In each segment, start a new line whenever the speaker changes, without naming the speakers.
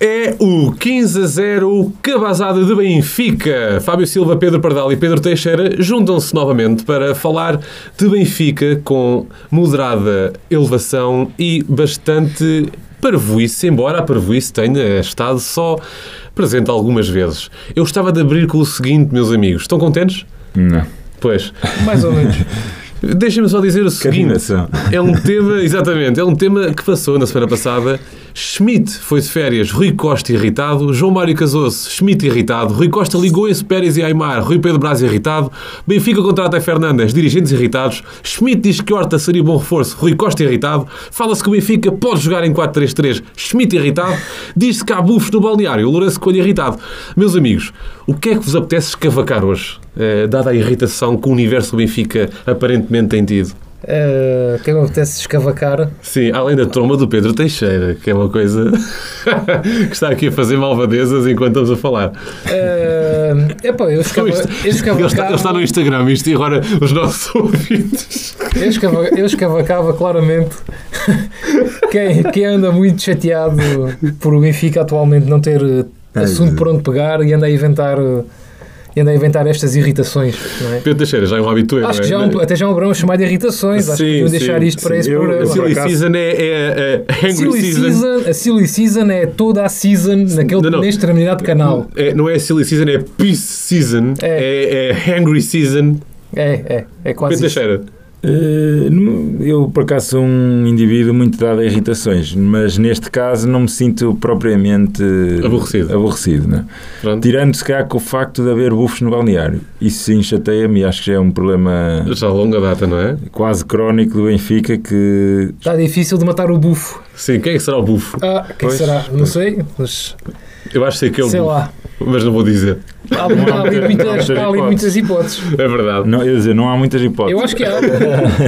É o 15 a 0 Cabazada de Benfica. Fábio Silva, Pedro Pardal e Pedro Teixeira juntam-se novamente para falar de Benfica com moderada elevação e bastante parvoíce, embora a parvoíce tenha estado só presente algumas vezes. Eu gostava de abrir com o seguinte, meus amigos. Estão contentes?
Não.
Pois.
Mais ou menos.
Deixem-me só dizer o seguinte.
Coordenação.
É um tema, exatamente, é um tema que passou na semana passada. Schmidt foi de férias, Rui Costa irritado, João Mário casou-se, Schmidt irritado, Rui Costa ligou-se Pérez e Aymar, Rui Pedro Brás irritado, Benfica contrata Fernandes, dirigentes irritados, Schmidt diz que Horta seria um bom reforço, Rui Costa irritado, fala-se que o Benfica pode jogar em 4-3-3, Schmidt irritado, diz-se que há bufos no balneário, Lourenço Coelho irritado. Meus amigos, o que é que vos apetece escavacar hoje, eh, dada a irritação que o universo do Benfica aparentemente tem tido?
Eh, quem me apetece escavacar?
Sim, além da tromba do Pedro Teixeira, que é uma coisa que está aqui a fazer malvadezas enquanto estamos a falar. Então,
É epá, eu escava,
Isto-
eu
ele, está, ele está
escavacava,
no Instagram, isto e agora os nossos ouvintes.
eu escava- eu escavacava claramente quem, quem anda muito chateado por o Benfica atualmente não ter eh,
Ai,
assunto
Deus.
por onde pegar e anda a inventar, eh, e anda a inventar estas irritações, não é?
Pedro Teixeira já é um habitué, não
Acho
é?
que já, um- até já um verão chamado de irritações, acho que
Sim,
deviam
sim,
deixar isto para
sim.
esse
Eu-
A
eu
programa.
por
Silly
acaso-
Season é, é, é Angry
Silly
Season.
season, a Silly Season é toda a season naquele,
Não, não.
neste determinado canal.
É, não é Silly Season, é Peace Season. É, é, Hangry Season.
É, é, é
Pedro
quase. isso.
Teixeira.
Eh, não- eu, por acaso, sou um indivíduo muito dado a irritações, mas neste caso não me sinto propriamente eh,
Aborrecido.
aborrecido né?
Pronto.
Tirando, se calhar, com o facto de haver bufos no balneário. Isso sim chateia-me e acho que já é um problema
Já longa data, não é?
quase crónico do Benfica que...
Está é difícil de matar o bufo.
Sim, quem é que será o bufo?
Ah, quem
Pois,
será? Não
pois.
sei, mas
Eu acho que sei que é o
sei
bufo,
lá.
mas não vou dizer.
Há, há ali,
muita-
muitas,
não há
há ali
muitas
muitas hipóteses.
É verdade.
Não, eu dizer, não há muitas hipóteses.
Eu acho que há.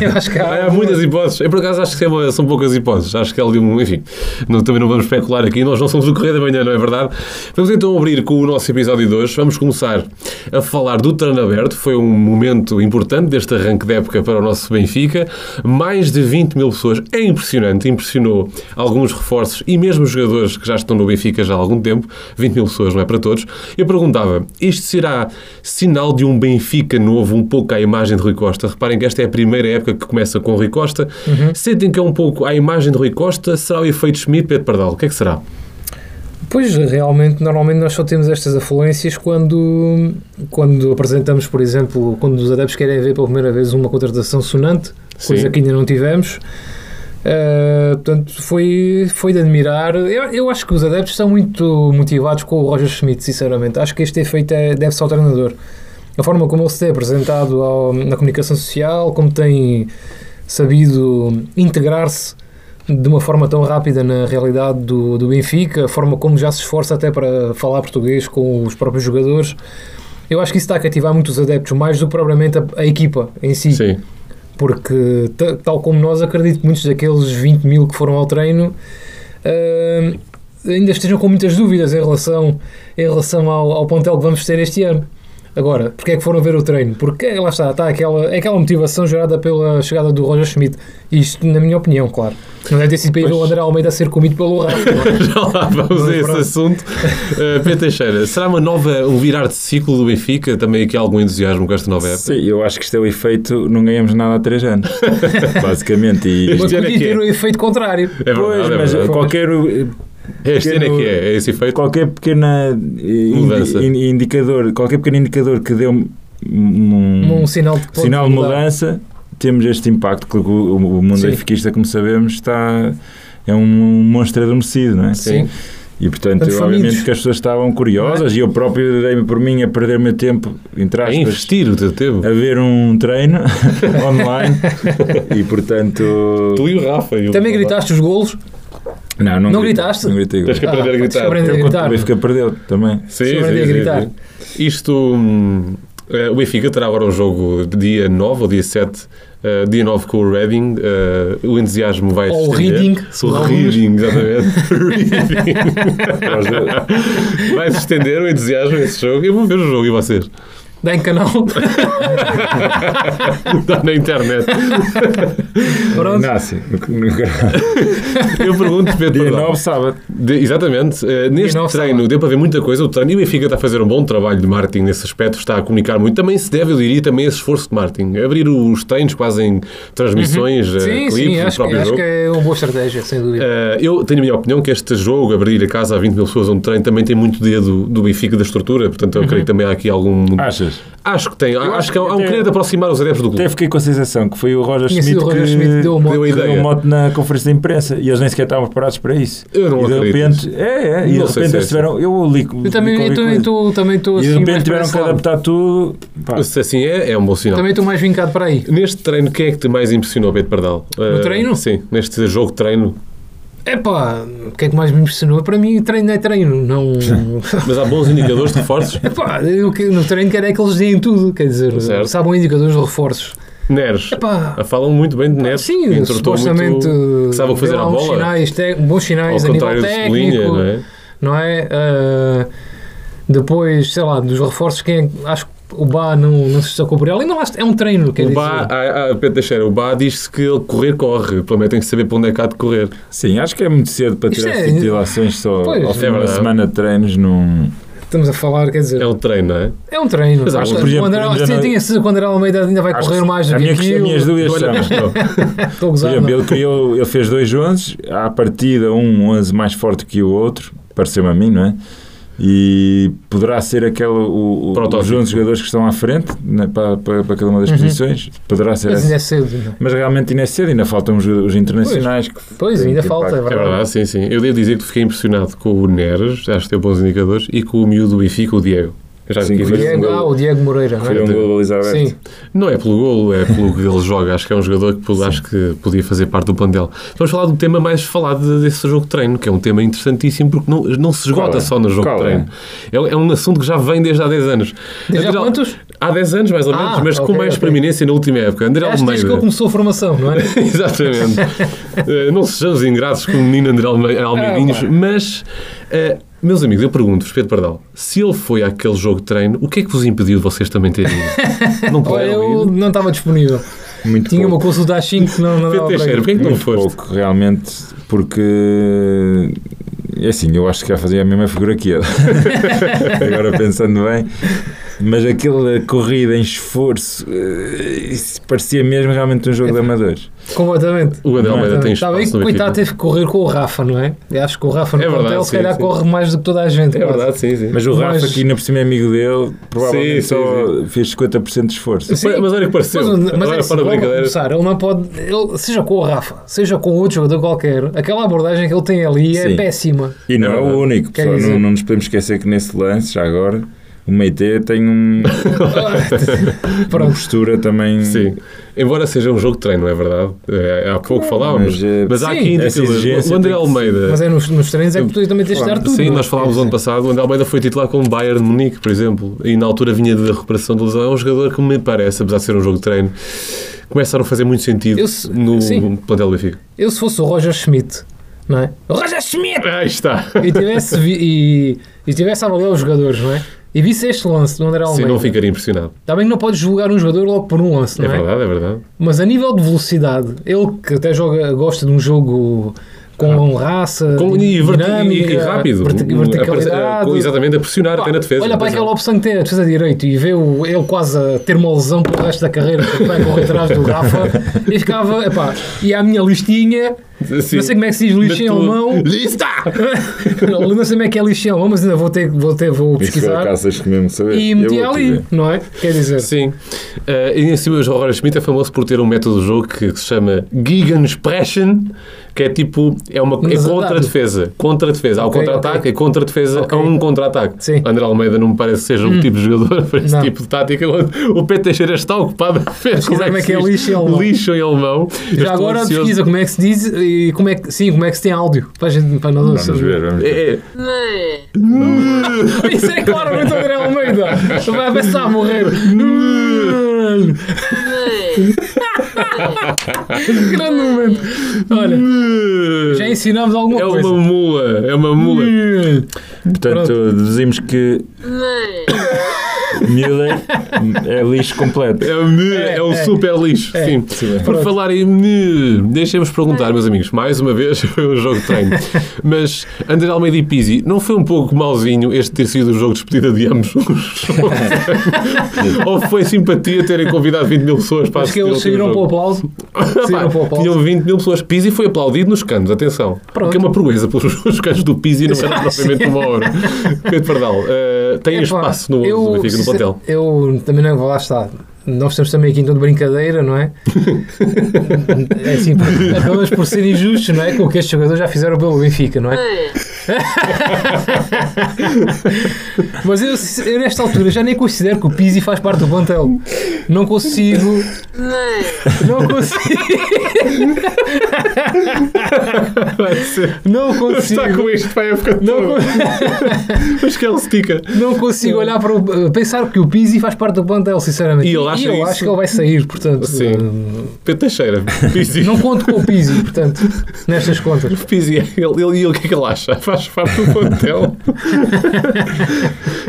Eu acho que há.
Há muitas hipóteses. Eu, por acaso, acho que é uma- são poucas hipóteses. Acho que é ali um. Enfim, não- também não vamos especular aqui. Nós não somos o Correio da Manhã, não é verdade? Vamos então abrir com o nosso episódio de hoje. Vamos começar a falar do treino aberto. Foi um momento importante deste arranque de época para o nosso Benfica. Mais de 20 mil pessoas. É impressionante. Impressionou alguns reforços e mesmo jogadores que já estão no Benfica já há algum tempo. 20 mil pessoas, não é para todos. Eu perguntava, isto será sinal de um Benfica novo, um pouco à imagem de Rui Costa? Reparem que esta é a primeira época que começa com Rui Costa. Sentem que é um pouco à imagem de Rui Costa? Será o efeito Schmidt, Pedro Pardal? O que é que será?
Pois, realmente, normalmente nós só temos estas afluências quando, quando apresentamos, por exemplo, quando os adeptos querem ver pela primeira vez uma contratação sonante, coisa
Sim.
que ainda não tivemos. Uh, portanto, foi, foi de admirar. Eu, eu acho que os adeptos estão muito motivados com o Roger Schmidt, sinceramente. Acho que este efeito é, deve-se ao treinador. A forma como ele se tem apresentado ao- na comunicação social, como tem sabido integrar-se de uma forma tão rápida na realidade do, do Benfica, a forma como já se esforça até para falar português com os próprios jogadores. Eu acho que isso está a cativar muitos adeptos, mais do que propriamente a, a equipa em si.
Sim.
Porque, ta- tal como nós, acredito que muitos daqueles 20 mil que foram ao treino ah, ainda estejam com muitas dúvidas em relação, em relação ao, ao pontel que vamos ter este ano. Agora, porque é que foram ver o treino? Porque lá está, está aquela, é aquela motivação gerada pela chegada do Roger Schmidt. Isto, na minha opinião, claro. Não deve ter sido para ir o André Almeida a ser comido pelo rato.
Já lá vamos a esse
Pronto.
assunto. Uh, Pedro Teixeira, será uma nova, um virar de ciclo do Benfica? Também aqui há algum entusiasmo com esta nova época?
Sim, eu acho que isto é o efeito, não ganhamos nada há três anos, basicamente. E,
Mas
Este ano é
podia
que
ter
é.
o efeito contrário.
É verdade,
pois,
é
mas
verdade.
qualquer,
Este ano é que é, é esse efeito?
qualquer pequena eh, indi-
Mudança.
in- indicador, qualquer pequeno indicador que dê um, um-
Um sinal de, pode
sinal de
mudar.
mudança, temos este impacto que o, o mundo
Sim.
benfiquista, como sabemos, está é um monstro adormecido, não é?
Sim.
E portanto,
Portanto, famintos.
obviamente que as pessoas estavam curiosas e eu próprio dei-me por mim a perder o meu tempo, entre
É
aspas,
investir o teu tempo.
a ver um treino online e portanto.
Tu e o Rafa. e o-
Também gritaste os golos.
Não, não,
Não
grito,
gritaste?
Não gritei.
Tens que aprender a
tens que
gritar.
aprender a
O
gritar.
Benfica perdeu também.
Sim,
Sobre
sim,
a
sim,
gritar.
sim. Isto. hum, eh, o Benfica terá agora um jogo de dia 9 ou dia 7. eh, dia 9 com o Reading, eh, o entusiasmo vai
Ou o
estender.
Reading,
O
alguns.
Reading, exatamente. Reading. vai se estender o entusiasmo a esse jogo. Eu vou ver o jogo e vocês.
Dá em canal.
Dá na internet.
Pronto.
Inácio, no- no-
Eu pergunto, Pedro.
dia
Pardal.
9, sábado.
De- exatamente. Eh, neste
não
treino deu para ver muita coisa. O treino e o Benfica está a fazer um bom trabalho de marketing nesse aspecto, está a comunicar muito. Também se deve, eu diria, também esse esforço de marketing. Abrir os treinos quase em transmissões, eh,
Uhum. Sim,
clipes,
sim,
do
acho, que-
próprio
acho
jogo.
que é uma boa estratégia, sem dúvida.
Eh, eu tenho a minha opinião que este jogo, abrir a casa a 20 mil pessoas onde treino, também tem muito dedo do Benfica e da estrutura, portanto eu
Uhum.
creio que também há aqui algum...
Achas?
Acho que tem, acho
acho
que há,
que
há um
até-
querer de aproximar os adeptos do clube.
Até fiquei com a sensação que foi o Roger
Tinha
Schmidt
sido o Roger
que
Schmidt que deu o mote.
Deu a
que
ideia.
deu um mote na conferência de imprensa e eles nem sequer estavam preparados para isso.
Eu não
e de
acredito
repente, é, é, e de
Não sei se
repente
é
eles
assim.
tiveram, eu li,
Eu também
li
eu também
qualquer coisa.
estou também estou
e
assim.
de
mais
repente
para
tiveram
esse
que
lado.
adaptar tudo. Pá,
Se assim é, é um bom sinal.
Também estou mais vincado para aí.
Neste treino, quem é que te mais impressionou, Pedro Pardal? Eh,
treino?
Sim, neste jogo de treino.
Epá, o que é que mais me impressionou? Para mim, treino é treino. Não.
Mas há bons indicadores de reforços.
Epá, eu que- no treino quero é que eles deem tudo. Quer dizer,
Tá Certo.
sabem indicadores de reforços.
Neres. Ah,
Epá,
Falam muito bem de Neres. que
sim,
entortou
supostamente.
muito, que sabe o que fazer
deu
à
lá uns
bola.
Sinais, te- bons
Ao
sinais a nível
contrário de
técnico.
Sublinha, não é?
não é? Ah, depois, sei lá, dos reforços, quem é que- acho que o Bá não, não se destacou por ele. Ainda lá está- é um treino, quer
O
dizer.
Bá, ah, ah, Pedro Teixeira, o Bá diz-se que ele correr, corre. Pelo menos tem que saber para onde é que há de correr.
Sim, acho que é muito cedo para
Isto
tirar
é-
titulações só
Pois.
ao
É
fim de uma
verdade.
semana de treinos num.
Estamos a falar, quer dizer,
É um treino, não é?
é um treino.
Mas há
Acho
alguns-
que
por
o
exemplo,
André-
já
sim,
não- é-
tinha certeza que o André Almeida ainda vai
Acho
correr
que
mais do
a
que
minha, é
aquilo.
as minhas dúvidas
Olha,
são.
mas não.
Estou a
Por
gozar,
exemplo,
não.
ele, criou, ele fez dois 11, à partida um 11 mais forte que o outro, pareceu-me a mim, não é? E poderá ser aquele, o, o, os
Protótipo.
11 jogadores que estão à frente né, para, para, para cada uma das
Uhum.
posições, poderá ser
Mas
essa.
ainda é cedo. não é?
Mas realmente ainda é cedo, ainda faltam os, jogadores internacionais que
Pois,
Tem
ainda
que ir
falta,
para-
é
É
verdade.
verdade, sim, sim. Eu devo dizer que fiquei impressionado com o Neres, acho que tem bons indicadores, e com o miúdo do Benfica, o Diego. Eu já
Sim,
aqui
que
vi-
verdade.
Diego, ah, o Diego Moreira, não é?
tiram um gol da Elizabeth.
Sim,
Não é pelo golo, é pelo que ele joga. Acho que é um jogador que pod- acho que podia fazer parte do pandel. Vamos falar do tema mais falado de- desse jogo de treino, que é um tema interessantíssimo porque não, não se esgota
Qual é?
só no jogo
Qual
de treino. É? é um assunto que já vem desde há 10 anos.
Desde há
André Al-
quantos?
Há 10 anos, mais ou menos,
Ah,
mas
ok,
com mais
ok.
preeminência na última época. André
acho que desde que ele
Almeida.
começou a formação, não é?
Exatamente. Eh, não sejamos ingratos com o menino André
É,
Alme- Almeidinhos, mas, eh, meus amigos, eu pergunto-vos, Pedro Pardal, se ele foi àquele jogo de treino, o que é que vos impediu de vocês também terem ido?
um
Não
Olha,
puderam
eu
ir?
não estava disponível.
Muito
Tinha uma
pouco.
consulta às 5 que não, não dava
Pedro
para
Teixeira,
ir.
porquê é que não
Muito
foste?
pouco, realmente, porque é assim, eu acho que já fazia a mesma figura que ele. Agora pensando bem, mas aquela corrida em esforço eh, isso parecia mesmo realmente um jogo
É
de amadores.
Completamente.
O André Almeida
Não,
tem
Está
espaço
Tá bem que
no
coitado
Benfica.
teve que correr com o Rafa, não é? Eu acho que o Rafa no
É verdade,
hotel
sim,
se calhar
sim.
corre mais do que toda a gente.
É
quase.
verdade, sim, sim.
Mas o Rafa,
Mas-
que ainda por cima é amigo dele,
Sim,
provavelmente
sim,
só fez 50% de esforço.
Sim.
Mas olha que pareceu.
Mas, mas é
Agora,
assim,
fora de
logo a
brincadeira.
começar, ele não pode, ele- seja com o Rafa, seja com outro jogador qualquer, aquela abordagem que ele tem ali é
Sim.
péssima.
E não é o único,
Quer
pessoal,
dizer-
não, não nos podemos esquecer que nesse lance, já agora, o Meite tem um, uma
Pronto,
postura também.
Sim. Embora seja um jogo de treino, não é verdade? É, há pouco falávamos.
mas, eh,
Mas, há
sim,
aqui
essa
indicadores.
exigência
O André
tem que ser-
Almeida.
mas é nos, nos treinos é que tu também tens de dar tudo.
Sim,
não é?
nós falámos ano passado, o André Almeida foi titular com o Bayern de Munique, por exemplo, e na altura vinha de recuperação de lesão. É um jogador que me parece, apesar de ser um jogo de treino, começa a não fazer muito sentido
Eu se-
no
sim.
plantel do Benfica.
Eu se fosse o Roger Schmidt, não é? O Roger Schmidt!
Aí está.
E tivesse, vi- e, e tivesse a avaliar os jogadores, não é? E visse este lance do André
Sim,
Almeida.
não ficaria impressionado.
Também não podes julgar um jogador logo por um lance,
É
não é?
verdade, é verdade.
Mas a nível de velocidade, ele que até joga, gosta de um jogo com raça,
Com, e, verti-
dinâmica,
e- e rápido.
verti-
Um- a- a-
verticalidade.
com- exatamente, a pressionar até na defesa. é.
Olha para
Atenção.
aquela opção que tem a defesa de direito e vê o, ele quase a ter uma lesão pelo resto da carreira, porque vai correr atrás do Rafa e ficava, epá, e a minha listinha,
Sim.
não sei como é que se diz lixo em
Na tua-
alemão,
Lista!
não, não sei como é que é lixo em alemão, mas ainda vou ter, vou ter, vou
Isso por
pesquisar
acaso tens que mesmo saber.
e
Eu
meti
vou
ali,
saber.
não é? Quer dizer,
Sim. Eh, e em cima, o Roger Schmidt é famoso por ter um método de jogo que, que se chama Gegensprechen, que é tipo, é uma é
Mas andado.
contra-defesa. Contra-defesa. Há o
Ok,
contra-ataque,
ok.
é contra-defesa
Ok.
a um contra-ataque.
Sim. Hum.
André Almeida não me parece que seja um tipo de jogador para esse
Não.
tipo de tática. O Pedro Teixeira está ocupado a ver
Pesquisa como é que é
se diz
lixo em alemão.
Lixo em alemão. Eu
Já
estou
agora
ansioso.
pesquisa como é que se diz e como é que, sim, como é que se tem áudio para, a gente, para nós
Vamos ver, vamos ver.
É, é.
Isso é claramente o André Almeida. Vai pensar a morrer. Grande momento. Olha, já ensinámos alguma
É
coisa.
uma mula, é uma mula.
Portanto, dizemos que Müller é lixo completo.
É um, é, um
é.
super lixo.
É.
Sim.
Sim,
Por
Pronto.
falar em me, deixem-vos perguntar, meus amigos, mais uma vez foi um jogo de treino. Mas André Almeida e Pizzi, não foi um pouco mauzinho este ter sido o jogo de despedida de ambos? Ou foi simpatia terem convidado 20 mil pessoas para
Acho que
assistir
eles
ao último
saíram para o
jogo?
aplauso.
Pá,
Saíram para o aplauso.
Tinham 20 mil pessoas. Pizzi foi aplaudido nos canos, atenção.
Pronto.
Que é uma proeza, porque os- os canos do Pizzi não eram
Ah,
propriamente
sim.
uma hora. Pedro Pardal, eh, tem
Epá,
espaço no, no Benfica, no
sincer-
plantel.
Eu também não vou lá estar. Nós estamos também aqui em tom de brincadeira, não é? é assim, acabamos por ser injustos, não é? Com o que estes jogadores já fizeram pelo Benfica, não é? Mas eu, eu, nesta altura, já nem considero que o Pizzi faz parte do plantel. Não consigo. Não consigo. Não
Está
consigo.
com isto para a época
Não
toda.
con-
Mas que ele se tica.
Não consigo olhar para o, pensar que o Pizzi faz parte do plantel, sinceramente.
E ele acha
eu
isso?
acho que ele vai sair, portanto.
Sim.
hum,
Pedro Teixeira, Pizzi.
Não conto com o Pizzi, portanto, nestas contas.
Pizzi, ele, ele, ele, o que é que ele acha? Faz parte do plantel.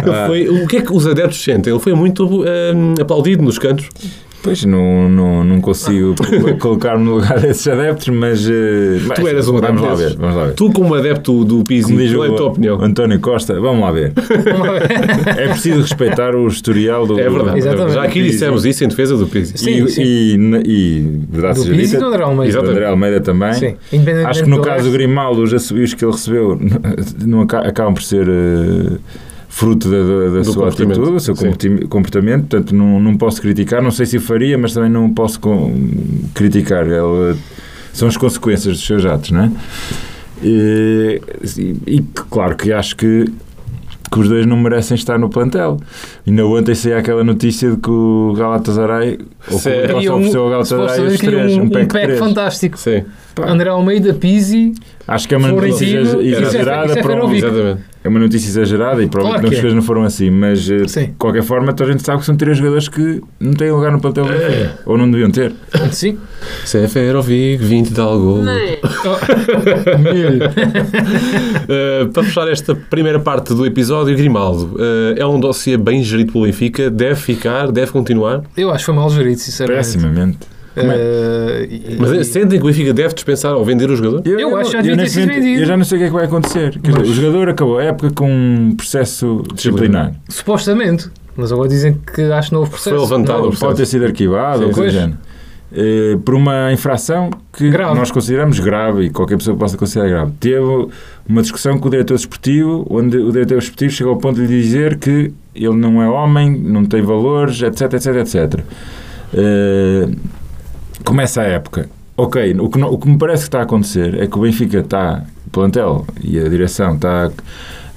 Ele foi- o que é que os adeptos sentem? Ele foi muito hum, aplaudido nos cantos.
Pois não, não, não consigo colo- colocar-me no lugar desses adeptos, mas. eh, mas
Tu eras um
Vamos lá
desses.
ver, vamos lá ver.
Tu, como adepto do Pizzi,
Como diz
qual é a tua
o
opinião?
António Costa, vamos lá ver. É preciso respeitar o historial do.
É verdade.
Exatamente.
Já aqui
Pizzi.
dissemos isso em defesa do Pizzi.
Sim,
e,
sim.
E, na- e, verdade
Do
seja
Pizzi
dita,
não dará uma
e do André Almeida também.
Sim, independentemente
Acho que no
do
caso do
resto.
Grimaldo, os assobios que ele recebeu n- não aca- acabam por ser eh, fruto da, da- da
Do
sua
comportamento.
atitude, do seu
Sim.
comporti- comportamento, portanto não, não posso criticar, não sei se o faria, mas também não posso com- criticar. Ele, são as consequências dos seus atos, não é? E, e claro que acho que, que os dois não merecem estar no plantel. Ainda ontem saiu aquela notícia de que o Galatasaray, ou que o
Sério?
Costa
Queria um-
ofereceu ao
se fosse
Galatasaray
saber,
os
queria
três,
um, um pack,
de três.
fantástico.
Sim,
André Almeida, Pizzi,
Acho que é uma notícia
Florentino,
exa-
isso é-
exagerada
isso é
para um-
Ferovic.
exatamente.
é uma notícia exagerada e provavelmente
Claro que é.
as coisas não foram assim, mas eh,
Sim.
de qualquer forma toda a gente sabe que são três jogadores que não têm lugar no plantel do
É.
Benfica, ou não deviam ter.
sim. é
Seferovic, 20 de algo.
Oh. Milho.
Uh, para fechar esta primeira parte do episódio, Grimaldo, uh, é um dossiê bem gerido pelo Benfica, deve ficar, deve continuar,
Eu acho que foi mal gerido, sinceramente.
Pessimamente.
Eh, e-
mas
e-
sentem que o Benfica deve dispensar ou vender o jogador?
Eu acho que já devia ter
neste
sido
momento,
vendido.
eu já não sei o que é que vai acontecer. Quer dizer, o jogador acabou a época com um processo disciplinar.
supostamente. Mas agora dizem que acho que não houve processo.
é- Foi levantado.
Não,
o processo.
Pode ter sido arquivado
Sim.
ou coisa do
Pois.
género. Eh, por uma infração que
Grave.
nós consideramos grave e qualquer pessoa possa considerar grave. Teve uma discussão com o diretor desportivo, onde o diretor desportivo chegou ao ponto de lhe dizer que ele não é homem, não tem valores, etc, etc, etc. Eh, começa a época. Ok, o que, no- o que me parece que está a acontecer é que o Benfica está, o plantel e a direção está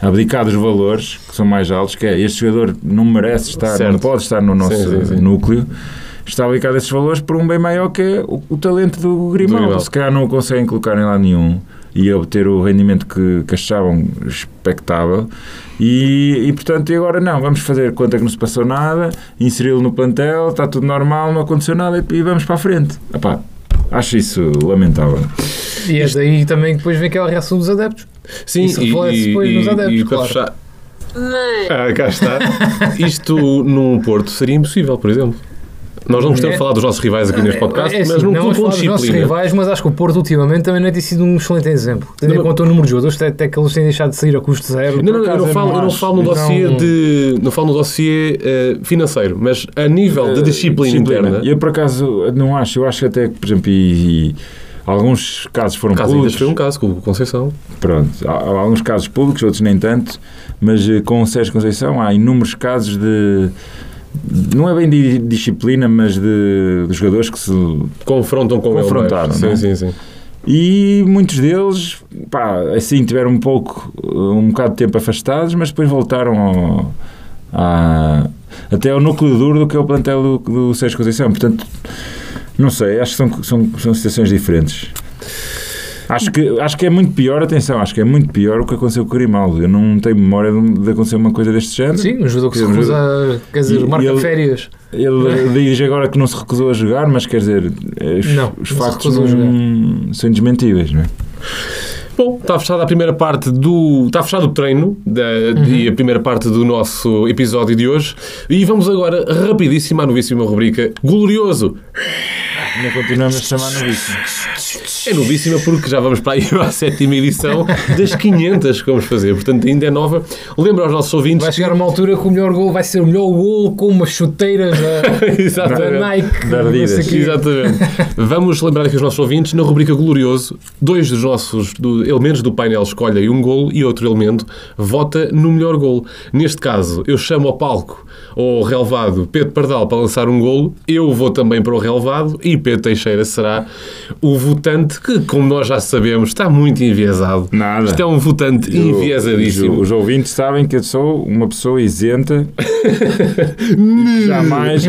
a abdicar dos valores que são mais altos, que é este jogador não merece estar, não
Certo.
pode estar no nosso
Sim, sim, sim.
núcleo. Está abdicado a esses valores por um bem maior que é o, o talento do Grimaldo.
Grimaldo.
Se calhar não o conseguem colocar em lado nenhum e obter o rendimento que, que achavam expectável. E, e, portanto, e agora não, vamos fazer conta que não se passou nada, inseri-lo no plantel, está tudo normal, não aconteceu nada e, e vamos para a frente. Epá, acho isso lamentável.
E é daí também que depois vem aquela reação dos adeptos.
Sim,
Isso reflete-se depois nos adeptos,
e para
claro.
fechar... Ah, cá está. Isto num Porto seria impossível, por exemplo. Nós não gostamos de
É.
falar dos nossos rivais aqui neste podcast,
É assim,
mas num
não
clube
vamos
com
falar dos nossos
disciplina.
rivais, mas acho que o Porto ultimamente também não tem sido um excelente exemplo. Tendo
Não,
em conta o número de jogadores, até, até que eles têm deixado de sair a custo zero.
Não, não,
Por
eu não
acaso, eu
falo,
não
eu não
acho.
falo no dossiê
é Não-
de. Não falo no dossiê eh, financeiro, mas a nível de
Eh,
disciplina, interna.
Eu, por acaso, não acho. Eu acho que até que, por exemplo, e, e alguns casos foram
O caso ainda
públicos.
foi um caso com o Conceição.
Pronto, há, há alguns casos públicos, outros nem tanto, mas eh, com o Sérgio Conceição há inúmeros casos de. de- Não é bem de disciplina, mas de, de jogadores que se.
Confrontam com
Confrontaram,
ele. não é?
não é?
Sim, sim, sim.
E muitos deles, pá, assim tiveram um pouco, eh, um bocado de tempo afastados, mas depois voltaram ao, à- até ao núcleo duro do que é o plantel do, do Sérgio Conceição. Portanto, não sei, acho que são, são, são situações diferentes. Acho que, acho que é muito pior, atenção, acho que é muito pior o que aconteceu com o Grimaldo. Eu não tenho memória de, de acontecer uma coisa deste género.
Sim, um jogador que se
Quer dizer,
recusa a. Quer dizer,
e-
marca
e ele-
férias.
Ele diz agora que não se recusou a jogar, mas quer dizer, eh, os,
Não,
os
não se
factos
recusou a
não- são desmentíveis, não é?
Bom, está fechada a primeira parte do. Está fechado o treino da, e a primeira parte do nosso episódio de hoje. E vamos agora, rapidíssima, à novíssima rubrica Glorioso.
Ainda continuamos a chamar no bicho.
É novíssima porque já vamos para aí à sétima edição das 500 que vamos fazer. Portanto, ainda é nova. Lembra aos nossos ouvintes.
Vai chegar uma altura que o melhor gol vai ser o melhor gol com uma chuteira da, da
Exatamente.
Nike.
Da
não sei
Adidas.
quê.
Exatamente. Vamos lembrar aqui os nossos ouvintes, na rubrica Glorioso, dois dos nossos do- elementos do painel escolhem um golo e outro elemento vota no melhor golo. Neste caso, eu chamo ao palco ou ao relevado Pedro Pardal para lançar um golo, eu vou também para o relevado e Pedro Teixeira será o votante que, como nós já sabemos, está muito enviesado.
Nada.
Isto é um votante enviesadíssimo.
Os, os ouvintes sabem que eu sou uma pessoa isenta. E que jamais,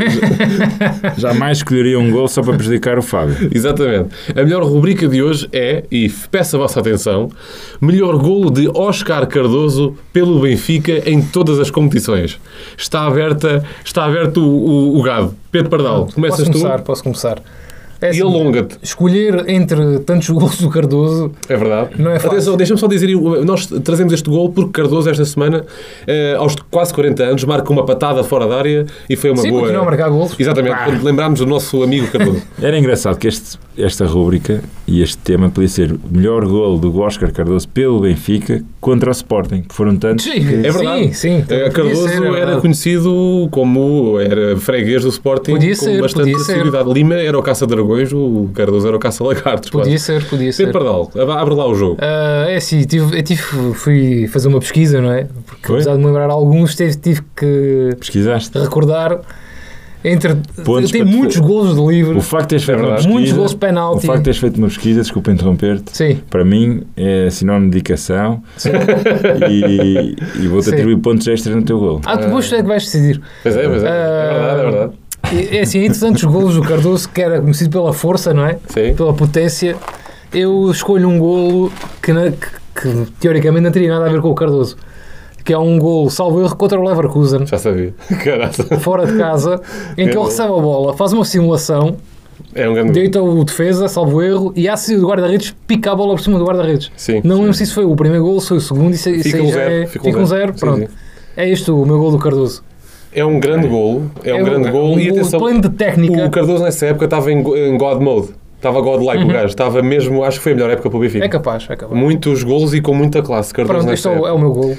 jamais escolheria um gol só para prejudicar o Fábio.
Exatamente. A melhor rubrica de hoje é, e peço a vossa atenção, melhor golo de Oscar Cardoso pelo Benfica em todas as competições. Está aberta, está aberto o, o- o gado. Pedro Pardal, começas
posso
tu
começar, posso começar. É
e
assim,
alonga-te.
escolher entre tantos gols do Cardoso,
É verdade.
Não é fácil.
Atenção, deixa-me só dizer, eu- nós trazemos este gol porque Cardoso esta semana, eh, aos quase 40 anos, marca uma patada fora da área e foi uma
Sim,
boa...
continua a marcar golos. Ah.
Exatamente.
Pá.
Portanto, Lembrámos do nosso amigo Cardoso.
Era engraçado que este- esta rúbrica e este tema podia ser o melhor gol do Oscar Cardoso pelo Benfica contra o Sporting, que foram tantos.
Sim,
É verdade.
Sim, sim.
Eh, Cardoso
Podia ser, é
era
verdade.
conhecido como era freguês do Sporting
Podia
com
ser,
bastante
podia ser.
facilidade. Lima era o caça-dragões, o Cardoso era o caça-lagartos.
Podia
quase.
ser, podia ser.
Pedro Pardal, ab- abre lá o jogo.
Ah, é assim, tive, eu tive, fui fazer uma pesquisa, não é? Porque
Foi?
apesar de me lembrar alguns, teve, tive que
Pesquisaste?
recordar. Entre,
Pontos
tem
para
muitos
defesa.
golos de livre,
O facto de teres feito uma
verdade.
pesquisa.
muitos golos de
O
penalti.
facto de teres feito uma pesquisa, desculpa interromper-te,
Sim,
para mim é sinónimo de dedicação e, e vou-te
Sim.
atribuir pontos extras no teu gol.
ah, depois tu é que vais decidir.
Pois é, pois é. É
Ah,
verdade, é verdade.
E, É assim, entre tantos golos do Cardoso, que era conhecido pela força, não é?
Sim.
Pela potência, eu escolho um golo que, na- que- que, teoricamente não teria nada a ver com o Cardoso. Que é um golo, salvo erro, contra o Leverkusen,
Já sabia. Caraca.
fora de casa, em que ele
Eu-
recebe a bola, faz uma simulação,
É um grande gol.
deita o defesa, salvo erro, e há se o guarda-redes pica a bola por cima do guarda-redes.
Sim.
Não lembro se isso foi o primeiro gol, se foi o segundo, e se, isso
Fica
aí
um
já
zero,
é-
fica um
fica um
zero.
zero,
Sim,
pronto.
sim.
É este o meu gol do Cardoso.
É um grande golo. É um grande golo. e atenção,
plano de técnica.
o Cardoso nessa época estava em, go- em God mode. Estava godlike
Uhum.
o gajo. Estava mesmo, acho que foi a melhor época para o Benfica.
É capaz, é capaz.
Muitos golos e com muita classe. Cardoso
Pronto, este
nessa
é o, é
época.
o meu gol.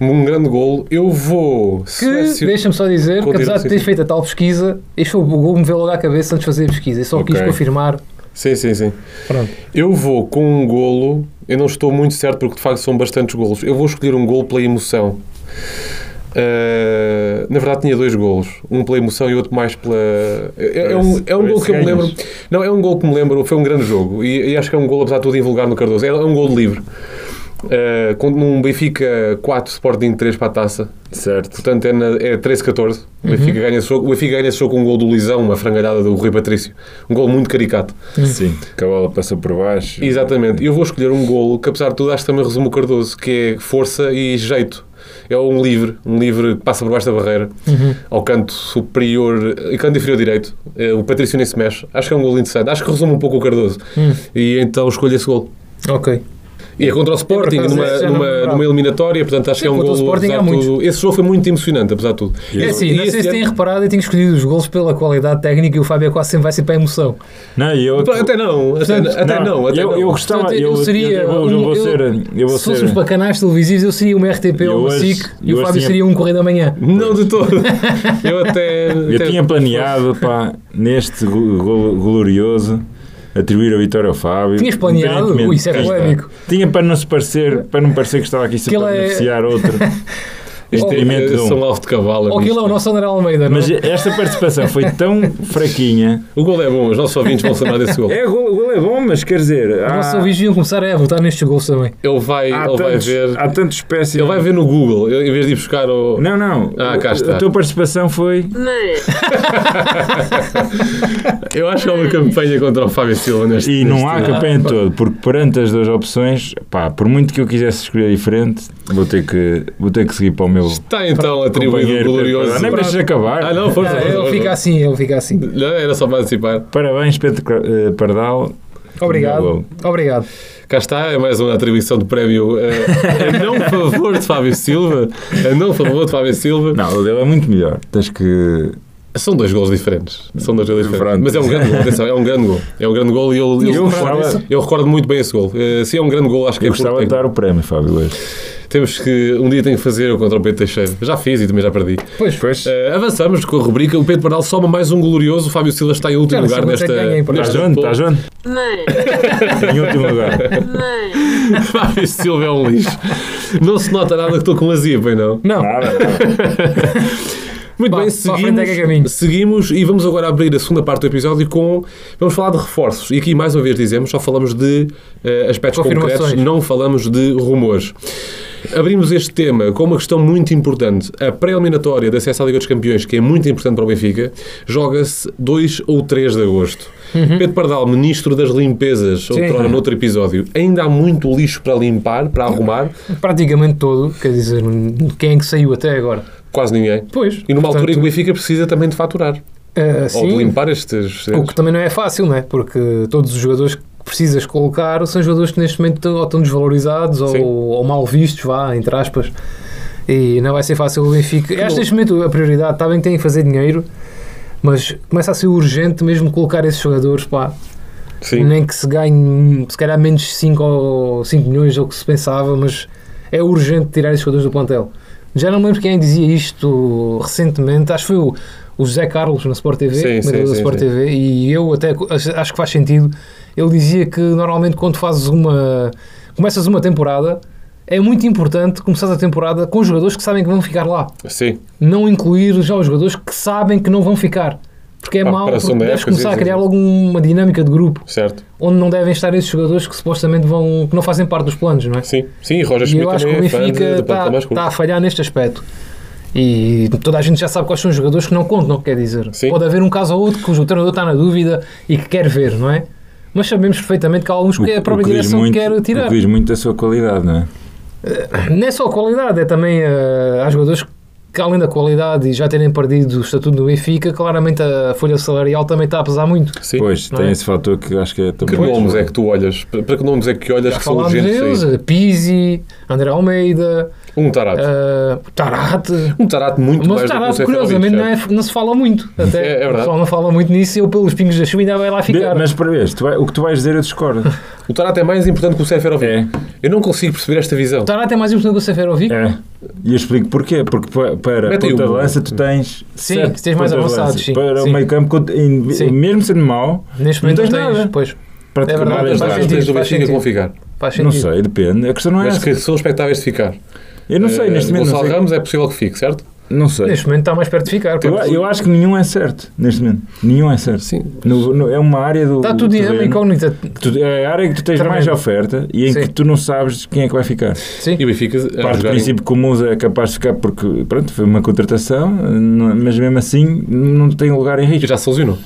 Um grande golo. Eu vou...
Que,
selecionar-
deixa-me só dizer, que
Continua,
apesar de
sim,
teres
sim.
feito a tal pesquisa, este foi o gol que me veio logo à cabeça antes de fazer a pesquisa. Eu só quis
Ok.
confirmar.
Sim, sim, sim.
Pronto.
Eu vou com um golo. Eu não estou muito certo porque de facto são bastantes golos. Eu vou escolher um golo pela emoção. Ah, na verdade tinha dois golos, um pela emoção e outro mais pela. É, é um, é um
Esse-
gol que eu me
esse
lembro.
ganhas.
Não, é um gol que me lembro. Foi um grande jogo e, e acho que é um gol apesar de tudo invulgar no Cardoso. É, é um gol livre. Ah, com num Benfica 4, Sporting 3 para a taça.
Certo.
Portanto, é, na, é 13-14. O Benfica ganha esse jogo. O Benfica ganha esse jogo com um gol do Lisão, uma frangalhada do Rui Patrício. Um gol muito caricato.
Sim, que a bola passou por baixo.
Exatamente. E Eu vou escolher um golo que, apesar de tudo, acho que também resume o Cardoso, que é força e jeito. É um livre, um livre que passa por baixo da barreira,
Uhum.
ao canto superior, eh, canto inferior direito. Eh, O Patrício nem se mexe. Acho que é um golo interessante. Acho que resume um pouco o Cardoso.
Hum.
E então escolho esse golo.
Ok.
E é contra o Sporting,
acaso,
numa,
esse já não me
numa,
lembrava.
numa eliminatória, portanto acho
Sim,
que é um
contra o
golo,
Sporting
apesar
há
de
muitos.
tudo. Esse jogo foi muito emocionante, apesar de tudo.
É assim,
E
não sei
esse
se têm
ano-
reparado, eu tenho escolhido os gols pela qualidade técnica e o Fábio quase sempre vai sempre para a emoção.
Não, e eu.
Até não, até não, até não. até
eu,
não.
eu gostava.
Portanto,
eu,
eu seria
Eu, vou- eu vou
um- eu-
ser. Eu vou
Se um
ser.
fôssemos para canais televisivos, eu seria um RTP
Eu
ou um
hoje-
SIC
eu
e o
hoje
Fábio
tinha-
seria um Correio da Manhã.
Não de todo. Eu até.
Eu
até-
tinha
um
planeado pá, neste go- go- glorioso atribuir a vitória ao Fábio.
Tinhas planeado?
Independentemente-
Ui, isso é
Cá está.
polémico.
Tinha para não se parecer, para não parecer que estava aqui sempre
Que
a
ele é-
beneficiar outro.
Isto é-
Experimento de um.
são alvo de cavalo.
Ou aquilo é
nisto.
o nosso André Almeida, não é?
Mas esta participação foi tão fraquinha.
O gol é bom, os nossos ouvintes vão se lembrar desse gol.
É, o gol, o gol é bom, mas quer dizer.
Os
há-
nossos ouvintes iam começar a votar nestes gols também.
Ele vai,
há
ele vai
tantos-
ver.
Há tantos espécies.
Ele vai ver no Google, em vez de ir buscar o.
Não, não.
Ah, cá está.
A tua participação foi.
Eu acho que há uma campanha contra o Fábio Silva neste
E não
neste-
há campanha de todo, porque perante as duas opções, pá, por muito que eu quisesse escolher diferente, vou ter que, vou ter que seguir para o meu
Está então atribuído
companheiro.
o glorioso.
Nem me deixes acabar.
Ah, não,
é,
força,
Ah,
força,
ele
força.
fica assim, ele fica assim.
Não, era só para antecipar.
Parabéns, Pedro Cra- eh, Pardal.
Obrigado.
Meu
Obrigado.
Cá está, é mais uma atribuição de prémio eh, a não favor de Fábio Silva. A não favor de Fábio Silva.
Não, o dele é muito melhor. Tens que.
São dois gols diferentes. São dois gols diferentes.
Pronto.
Mas é um grande gol, atenção, é um grande gol. É um grande gol e eu, eu,
Eu
eu,
gostava-
recordo, eu recordo muito bem esse gol. Eh, se é um grande gol, acho que é
Eu
porque
gostava de dar o prémio, Fábio. hoje.
Temos que. Um dia tenho que fazer eu contra o Pedro Teixeira. Já fiz e também já perdi.
Pois,
Pois.
Eh, avançamos com a rubrica. O Pedro Pardal soma mais um glorioso. O Fábio Silva está em último lugar
Cara, sim, mas é
nesta.
que ganhei, por
Estás
nesta
onde?
poll.
Estás onde? Em último lugar.
Fábio Silva é um lixo. Não se nota nada que estou com azia, pois não?
não.
Nada, nada.
Muito
Pá,
bem,
para a frente é que é caminho.
seguimos, seguimos e vamos agora abrir a segunda parte do episódio com. Vamos falar de reforços. E aqui, mais uma vez, dizemos: só falamos de eh, aspectos
Confirmações.
concretos, não falamos de rumores. Abrimos este tema com uma questão muito importante. A pré-eliminatória da acesso à Liga dos Campeões, que é muito importante para o Benfica, joga-se 2 ou 3 de agosto.
Uhum.
Pedro Pardal, ministro das limpezas, outrora noutro episódio, ainda há muito lixo para limpar, para arrumar,
Praticamente todo, quer dizer, quem é que saiu até agora?
quase ninguém.
Pois.
E numa altura em que
portanto,
o Benfica precisa também de faturar.
eh,
Ou de
sim,
limpar estes.
O que também não é fácil, não é? Porque todos os jogadores que precisas colocar são jogadores que neste momento ou estão desvalorizados ou,
Sim.
ou mal vistos, vá, entre aspas. E não vai ser fácil o Benfica. Acho que neste momento a prioridade está bem que tem que fazer dinheiro, mas começa a ser urgente mesmo colocar esses jogadores, pá.
Sim.
Nem que se ganhe, se calhar, menos 5 ou 5 milhões ou o que se pensava, mas é urgente tirar esses jogadores do plantel. Já não me lembro quem dizia isto recentemente, acho que foi o, o José Carlos na Sport TV,
Sim,
comentador
sim,
da
sim,
Sport
sim.
TV, e eu até co- acho acho que faz sentido. Ele dizia que normalmente quando fazes uma. começas uma temporada, é muito importante começar a temporada com jogadores que sabem que vão ficar lá.
Sim.
Não incluir já os jogadores que sabem que não vão ficar. Porque é
Para a
mau,
preparação
porque
da Ah,
deves
época,
começar
sim,
a
sim,
criar
sim.
logo uma dinâmica de grupo
Certo.
onde não devem estar esses jogadores que supostamente vão que não fazem parte dos planos, não é?
Sim. Sim, e Roger
E
Schmidt
eu acho que
também
o
é fã de,
Benfica tá-
de
está
plantar mais curto.
está a falhar neste aspecto. E toda a gente já sabe quais são os jogadores que não contam, quer dizer.
Sim.
Pode haver um caso ou outro que o treinador está na dúvida e que quer ver, não é? Mas sabemos perfeitamente que há alguns que é a própria
diz
direção
muito-
quer
O
tirar.
que diz muito da sua qualidade, não é?
Não é só a qualidade, é também eh, há jogadores que, além da qualidade e já terem perdido o estatuto do Benfica, claramente a folha salarial também está a pesar muito.
Sim.
Pois,
Não
tem
é?
esse fator que acho que é também.
Que nomes é que tu olhas? Para para que nomes é que olhas
Já
que são
falámos
urgentes?
deles,
aí?
eh, Pizzi, André Almeida,
Um tarato.
Ah, Tarate.
um tarato muito
Mas
mais do que o
Tarate,
Seferovic,
curiosamente, não,
certo?
é- não se fala muito. Até
É- é verdade.
O pessoal não fala muito nisso e eu, pelos pingos da chuva, ainda vai lá ficar.
De- Mas para ver, tu vai- o que tu vais dizer eu discordo.
O tarato é mais importante que o Seferovic.
É.
Eu não consigo perceber esta visão.
O Tarate é mais importante que o Seferovic?
É. E eu explico porquê. Porque pa- para a
Mete aí
ponta
um.
lança tu tens.
Sim,
sete
tens
pontas
mais
de
avançados,
lança.
sim,
Para
sim.
o meio campo, cont- em-
Sim.
mesmo sendo mau,
Neste
Não
momento
tens
não tens.
nada.
Pois, é
praticamente
verdade,
nada
Mas
faz
as
entrava.
sentido,
tens do
faz
Benfica
sentido.
vão ficar.
faz
é Não
sentido.
sei, depende. A questão não é
Mas
essa.
que são expectáveis de ficar.
Eu não sei,
Eh,
neste momento. Não
Gonçalo
sei.
Ramos é possível que fique, certo?
Não sei.
Neste momento está mais perto de ficar.
Eu,
pá.
eu acho que nenhum é certo, neste momento. Nenhum é certo.
Sim.
No- no- é uma área do.
Está tudo em
terreno.
incógnita.
Tu- É a área em que tu tens
Também.
mais oferta e em
Sim.
que tu não sabes quem é que vai ficar.
Sim.
E o Benfica. a
Parte do
jogar em-
princípio que o Musa é capaz de ficar porque, pronto, foi uma contratação, n- mas mesmo assim não tem lugar em
E
risco.
já se lesionou.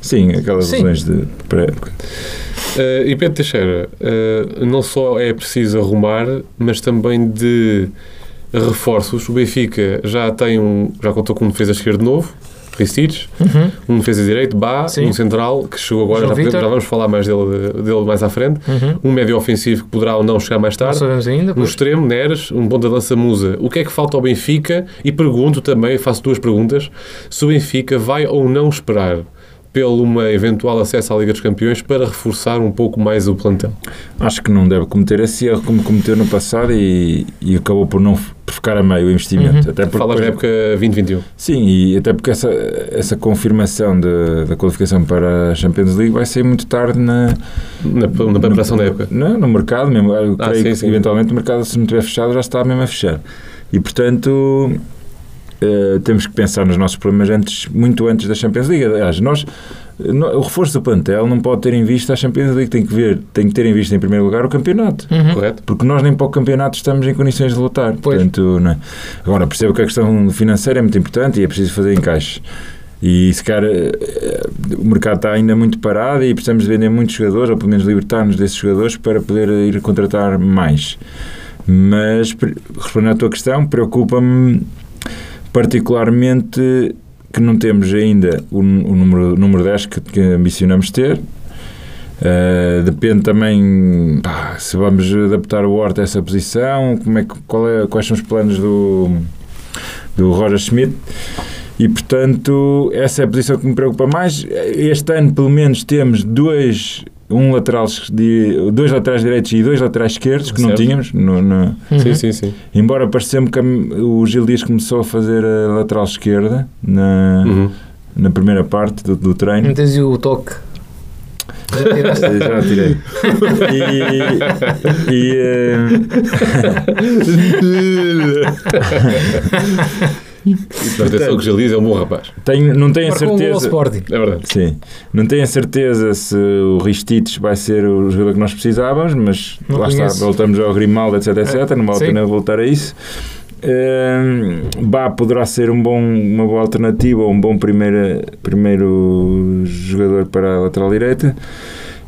Sim, aquelas
Sim.
lesões de pré-época.
Eh, e Pedro Teixeira, eh, não só é preciso arrumar, mas também de reforços. O Benfica já tem um, já contou com um defesa esquerdo novo, Ristich,
Uhum.
um defesa direito, Bá,
Sim.
um central que chegou agora,
João
já, podemos-
Vítor.
já vamos falar mais dele, dele mais à frente,
Uhum.
um médio ofensivo que poderá ou não chegar mais
Não
tarde.
sabemos ainda.
Um
pois.
extremo, Neres, um ponta de lança Musa. O que é que falta ao Benfica? E pergunto também, faço duas perguntas, se o Benfica vai ou não esperar pelo uma eventual acesso à Liga dos Campeões para reforçar um pouco mais o plantel.
Acho que não deve cometer esse erro como cometeu no passado e, e acabou por não f- por ficar a meio o investimento.
Uhum.
Até porque
Falas da
é.
depois-
época 2021.
Sim, e até porque essa, essa confirmação de- da qualificação para a Champions League vai ser muito tarde na,
Na, na preparação da época.
Não, no mercado mesmo. Eu
Ah,
creio
sim,
que
sim.
eventualmente o mercado, se não estiver fechado, já está mesmo a fechar. E portanto. eh, temos que pensar nos nossos problemas antes, muito antes da Champions League. Aliás, nós, eh, no- o reforço do plantel não pode ter em vista a Champions League, tem que, ver, tem que ter em vista em primeiro lugar o campeonato.
Uhum.
Correto?
Porque nós nem para o campeonato estamos em condições de lutar.
Pois.
Portanto, não é? Agora, percebo que a questão financeira é muito importante e é preciso fazer encaixe. E se calhar eh, eh, o mercado está ainda muito parado e precisamos de vender muitos jogadores, ou pelo menos libertar-nos desses jogadores para poder eh, ir contratar mais. Mas, pre- respondendo à tua questão, preocupa-me particularmente que não temos ainda o, n- o número, o número 10 que, que ambicionamos ter. Uh, depende também pá, se vamos adaptar o Horta a essa posição, como é que, qual é, quais são os planos do, do Roger Schmidt. E portanto, essa é a posição que me preocupa mais. Este ano, pelo menos, temos dois, um lateral, de, dois laterais direitos e dois laterais esquerdos, que não
Certo.
tínhamos. no- no-
Uhum.
Sim, sim, sim.
embora parecesse-me que a- o Gil Dias começou a fazer a lateral esquerda na,
Uhum.
na primeira parte do, do treino.
Não tens o toque. Já tiraste.
Eh, Já tirei. E, e, eh,
Atenção que o Gil Dias é um bom rapaz.
tenho, não tenho a
Marcou um gol ao
certeza.
Sporting.
É verdade.
Sim. Não tenho a certeza se o Ristites vai ser o jogador que nós precisávamos, mas
Não
lá
conheço. É,
está, voltamos ao Grimaldo, etc, etc. Não vale a
Sim.
pena voltar a isso. Hum, Bá poderá ser um bom, uma boa alternativa ou um bom primeira, primeiro jogador para a lateral direita.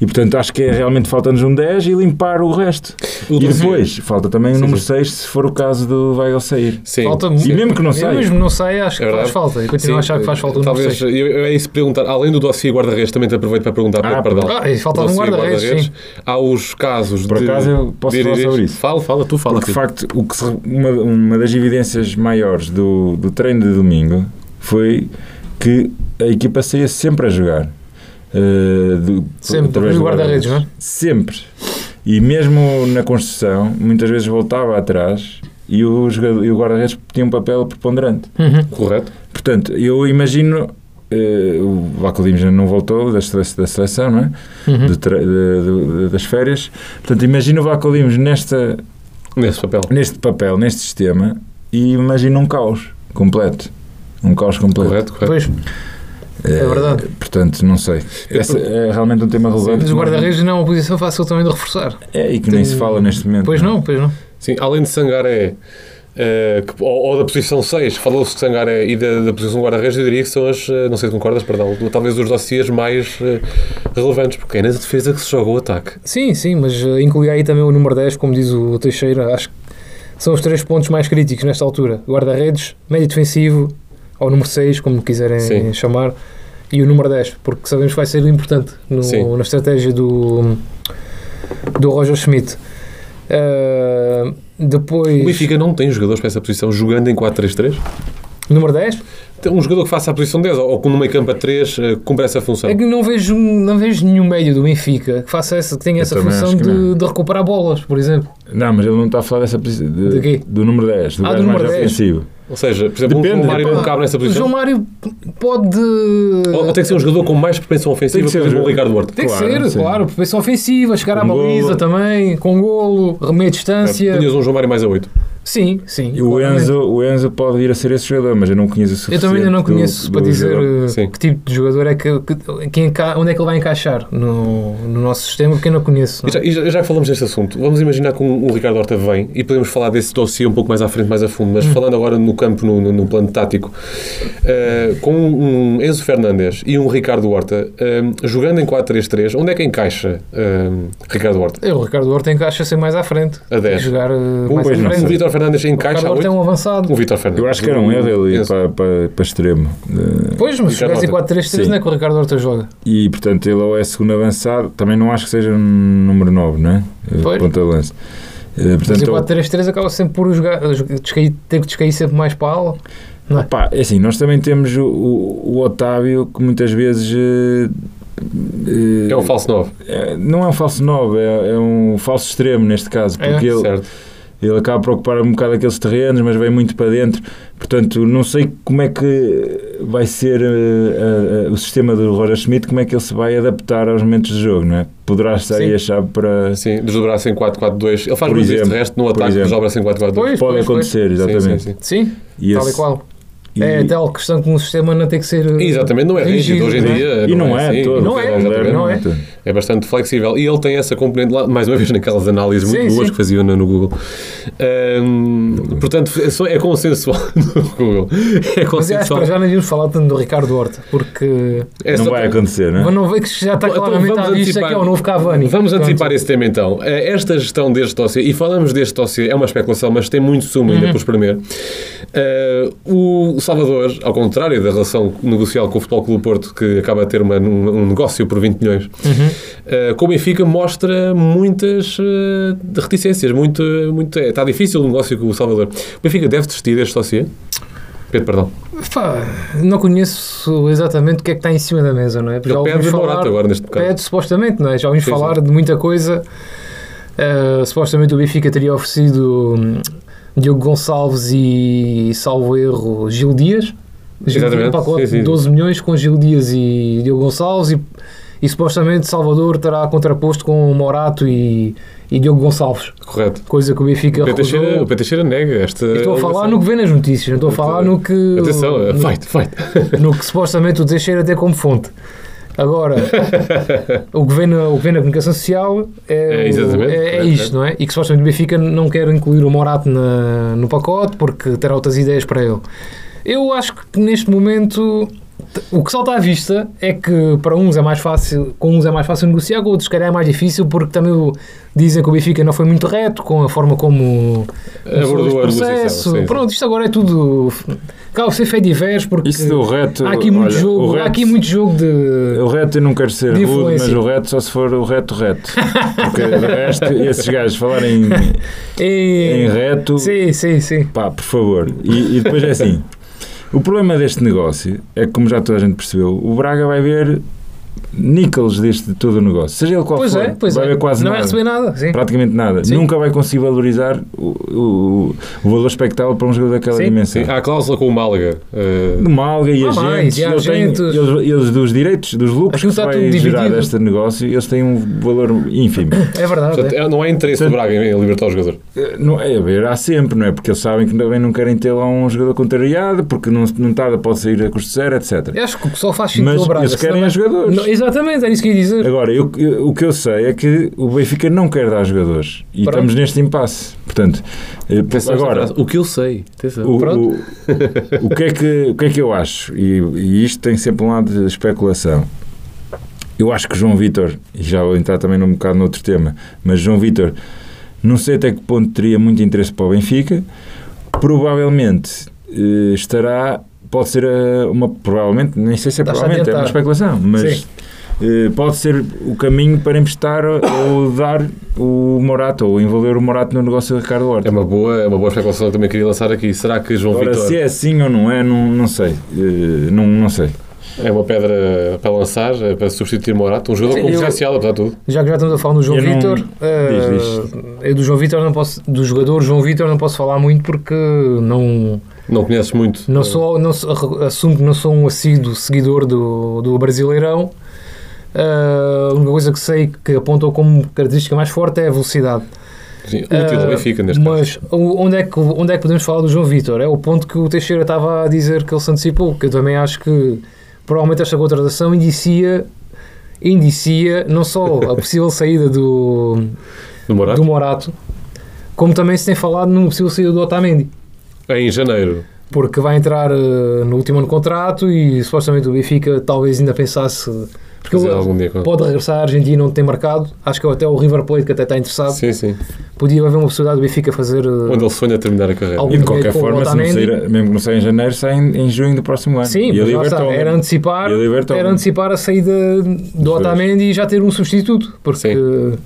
E portanto acho que é realmente falta-nos um 10 e limpar o resto. E depois falta também o
Sim,
número
sim.
6 se for o caso do Weigl sair.
Sim.
Falta
E
muito.
mesmo que não
Eu
saia.
mesmo não sei, acho que
É
faz
verdade.
falta. Eu
Sim,
continuo a achar que faz falta um número
Talvez,
seis.
eu, eu é isso perguntar, além do dossiê guarda-redes, também te aproveito para perguntar para
Ah,
Pardal.
Ah, e falta
Dossiê
um guarda-redes, sim.
Há os casos
Por
de...
acaso eu posso
de-
falar
de-
sobre isso?
Fala, fala, tu fala.
Porque, de facto, o que se- uma, uma das evidências maiores do, do treino de domingo foi que a equipa saía sempre a jogar. eh, do-
Sempre,
através
do
do
guarda-redes, não é?
Sempre. E mesmo na construção, muitas vezes voltava atrás e o, jogador- e o guarda-redes tinha um papel preponderante.
Uhum.
Correto.
Portanto, eu imagino. eh, o Vaco Dimes não voltou da, sele- da seleção, não é?
Uhum.
Do tre- de- do- das férias. Portanto, imagino o Vaco Dimes nesta,
Nesse papel.
neste papel, neste sistema, e imagina um caos completo. Um caos completo.
Correto, correto.
Pois, é verdade.
Portanto, não sei. Esse é realmente um tema relevante.
Mas
que
o
não-
guarda-redes não é uma posição fácil também de reforçar.
É, e que nem se fala neste momento. é?
Pois não, pois não.
Sim, além de Sangaré, eh, que- ou, ou da posição 6, falou-se de Sangaré e da, da posição guarda-redes, eu diria que são as, eh, não sei se concordas, perdão, talvez os dossiês mais eh, relevantes, porque é na defesa que se joga o ataque.
Sim, sim, mas eh, inclui aí também o número 10, como diz o Teixeira. Acho que são os três pontos mais críticos nesta altura: guarda-redes, médio defensivo, ou número 6, como quiserem
Sim.
chamar, e o número 10, porque sabemos que vai ser importante no-
Sim.
na estratégia do, do Roger Schmidt. Eh, depois,
O Benfica não tem jogadores para essa posição, jogando em 4-3-3.
número 10,
Tem um jogador que faça a posição 10, ou, ou com no meio campo a 3, eh, cumpre essa função.
É que não vejo, não vejo nenhum médio do Benfica que faça essa, que tenha
Eu
essa
também
função
acho que
de,
não.
de recuperar bolas, por exemplo.
Não, mas ele não está a falar dessa posi- de-
De quê?
do número 10, do
Ah,
gajo
do
mais
número 10.
ofensivo.
Ou seja, por exemplo, um
Depende,
o Mário não
depende.
cabe nessa
O João
posição.
Mário pode.
Ou, ou tem que ser um jogador com mais propensão
Tem
ofensiva,
que ser
por exemplo, o
um
Ricardo Horta.
Tem que
claro,
ser,
sim.
claro, perfeição ofensiva, chegar à
Com
baliza
golo.
também, com golo, remeio à distância.
Punhas um João Mário mais a 8.
Ah.
Sim, sim.
E o
claramente.
Enzo, o Enzo pode vir a ser esse jogador, mas eu não conheço o
Eu
suficiente.
também ainda não
do-
conheço
do
para dizer
jogador.
eh,
Sim.
que tipo de jogador é que, que- quem enca- onde é que ele vai encaixar no, no nosso sistema, porque eu não é? conheço.
E já, e já- já que falamos deste assunto, vamos imaginar que um, um Ricardo Horta vem e podemos falar desse dossiê um pouco mais à frente, mais a fundo,
Hum.
mas falando agora no campo, no, no- no plano tático, eh, com um Enzo Fernandes e um Ricardo Horta, eh, jogando em 4-3-3, onde é que encaixa eh, Ricardo Horta?
Eu, o Ricardo Horta encaixa-se mais à frente.
A 10.
Jogar eh, mais
pois
à
não
Um
frente.
Vitor Fernandes
O Ricardo
encaixa a
Horta é
8.
um avançado.
Um Vitor Fernandes.
Eu acho que era um erro ele ir
Enzo.
para, para, para extremo. Eh,
Pois, mas se
Ricardo
jogares em
Horta.
4-3-3,
Sim.
não é que o Ricardo Horta joga.
E portanto ele ou é segundo avançado, também não acho que seja um número 9, não é? Eh,
Pois.
Ponta de lança. Eh,
Mas em
Portanto,
4-3-3 acaba sempre por jogar, descair, ter que descair sempre mais para a ala.
pá, é assim, nós também temos o, o- o Otávio que muitas vezes. eh, eh,
É um falso 9.
eh, não é um falso 9, é, é um falso extremo neste caso,
É,
porque ele,
Certo.
ele acaba por ocupar um bocado aqueles terrenos, mas vem muito para dentro. Portanto, não sei como é que vai ser eh, a- a- o sistema do Roger Schmidt, como é que ele se vai adaptar aos momentos de jogo, não é? Poderá estar aí
Sim.
a chave para.
Sim, desdobrar-se em 4-4-2. Ele faz
Por
muito isso de
exemplo.
resto no
Por
ataque,
exemplo.
desdobra-se em 4-4-2.
Pois,
Pode
pois, pois.
acontecer,
Sim,
exatamente.
sim, sim.
Sim,
E
tal e
esse-
qual.
e-
É até algo questão que um sistema não tem que ser. eh,
Exatamente, não é rígido
Rígido,
hoje em
não é?
dia.
E não é,
assim,
todo.
não é,
exatamente.
não é.
todo.
É bastante flexível. E ele tem essa componente lá, mais uma vez, naquelas análises
Sim,
muito boas
sim.
que faziam no, no Google. Ahm, portanto, é, só- é consensual no Google. É
Mas eu acho que
consensual.
para já nem devíamos falar tanto do Ricardo Horta, porque.
É
não
só-
vai acontecer, não
Mas
é?
não vê que já está
Então,
claramente
vamos
à vista
antecipar-
que é o novo Cavani.
Vamos
Portanto,
antecipar esse tema então. é
Uhum.
Eh, Esta gestão deste dossiê, e falamos deste dossiê, é uma especulação, mas tem muito sumo ainda por espremer. Eh, o Salvador, ao contrário da relação negocial com o Futebol Clube Porto, que acaba a ter uma- um, um negócio por 20 milhões,
Uhum.
eh, com o Benfica mostra muitas eh, reticências. Muito, muito, é, está difícil o negócio com o Salvador. O Benfica deve desistir deste dossiê? Pedro, perdão.
Pá, não conheço exatamente o que é que está em cima da mesa, não é?
Ele pede o Morato agora, neste bocado.
Pede, supostamente, não é? Já ouvimos
Sim,
falar de muita coisa. Uh, supostamente o Benfica teria oferecido hum, Diogo Gonçalves e, salvo erro, Gil Dias. Gil
Exatamente,
Dias, um pacote
sim, sim.
de 12 milhões com Gil Dias e Diogo Gonçalves e, e supostamente Salvador terá contraposto com Morato e, e Diogo Gonçalves.
Correto.
Coisa que o Benfica
O PT Teixeira-
recusou.
é o PT Teixeira nega esta.
Eu Estou a falar
alegação.
no que vê nas notícias, não estou a falar no que.
Atenção, eh,
no-
fight, fight.
no que supostamente o Teixeira tem como fonte. Agora, o que vem na, o que vem na comunicação social
É,
é, o,
exatamente,
é, é
correto,
isto, não é? E que supostamente o Benfica não quer incluir o Morato na- no pacote porque terá outras ideias para ele. Eu acho que neste momento t- o que salta à vista é que para uns é mais fácil, com uns é mais fácil negociar, com outros se calhar é mais difícil porque também o- dizem que o Benfica não foi muito reto com a forma como começou
Abordou a
este
negociação. sim, sim.
Pronto, isto agora é tudo. Calma, você fé diverso porque
Isso do reto.
há aqui muito
olha,
jogo,
o reto,
há aqui muito jogo de.
O reto eu não quero ser
de
rude, mas
influência.
o reto só se for o reto reto. Porque de resto, esses gajos falarem em
É,
reto,
sim, sim, sim.
pá, por favor. E, e depois é assim. O problema deste negócio é que, como já toda a gente percebeu, o Braga vai ver níqueles deste todo o negócio. Seja ele qual
Pois
for,
é, pois
vai
é.
ver quase
não vai
nada.
receber nada. Sim.
praticamente nada.
Sim.
Nunca vai conseguir valorizar o, o- o valor expectável para um jogador daquela
Sim.
dimensão.
Sim, há a cláusula com o Málaga. eh,
De Malga e
Há mais,
agentes,
e há
eles, têm-
agentes.
eles- eles dos direitos, dos lucros que
Aquilo
se
está
vai
tudo
gerar
dividido.
deste negócio, eles têm um valor ínfimo.
É verdade.
Portanto,
é.
é- não há interesse do Braga em libertar o jogador.
Eh, não é a ver, há sempre, não é? Porque eles sabem que também não querem ter lá um jogador contrariado, porque não, não tarda pode sair a custo zero, etc.
Eu acho que o que só faz sentido
Mas
ao Braga.
eles
se não
querem
vai-
os jogadores.
Não, exatamente, era isso que eu ia dizer.
Agora, eu- eu- o que eu sei é que o Benfica não quer dar jogadores e
Pronto.
estamos neste impasse. Portanto, eh, agora,
o que eu sei. atenção.
O,
Pronto.
o- o que é que, o que é que eu acho? E, e isto tem sempre um lado de especulação. Eu acho que João Vitor, e já vou entrar também num bocado noutro tema, mas João Vitor, não sei até que ponto teria muito interesse para o Benfica, provavelmente eh, estará, pode ser eh, uma, provavelmente, nem sei se é
Estás a
provavelmente, é uma
adiantar.
especulação, mas
Sim.
eh, pode ser o caminho para emprestar ou dar o Morato, ou envolver o Morato no negócio do Ricardo Horta.
É uma boa, é uma boa especulação que eu também queria lançar aqui. Será que João
Agora,
Vitor
se é assim ou não é, não, não sei. Eh, não, não sei.
é uma pedra para lançar, é para substituir Morato? Um jogador
Sim,
com
eu-
potencial, apesar de tudo.
Já que já estamos a falar do João
Eu não-
Vitor, eh,
Diz,
eu do João Vitor não posso, do jogador João Vitor não posso falar muito porque não,
Não conheces muito.
Não sou, não sou- assumo que não sou um assíduo seguidor do, do Brasileirão. Ah, a única coisa que sei que apontou como característica mais forte é a velocidade.
Sim, útil
Ah,
ao Benfica, neste caso.
mas o- onde é, que, onde é que podemos falar do João Vitor? É o ponto que o Teixeira estava a dizer que ele se antecipou, que eu também acho que provavelmente esta contratação indicia, indicia não só a possível saída do,
Do Morato?
do Morato, como também se tem falado numa possível saída do Otamendi
É Em janeiro.
porque vai entrar eh, no último ano de contrato e supostamente o Benfica talvez ainda pensasse porque
Fazer
ele
algum dia com
pode regressar à Argentina onde tem marcado acho que é até o River Plate que até está interessado
Sim, sim.
podia haver uma possibilidade do Benfica fazer eh,
Onde ele sonha terminar a carreira.
Algum-
E de qualquer
Com o
forma, se não
Otamendi-
sair, mesmo que não saia em janeiro, sai em, em junho do próximo ano.
sim,
e
mas
ele
lá está, era antecipar
E ele libertou.
era antecipar a saída do
dois.
Otamendi e já ter um substituto porque
Sim.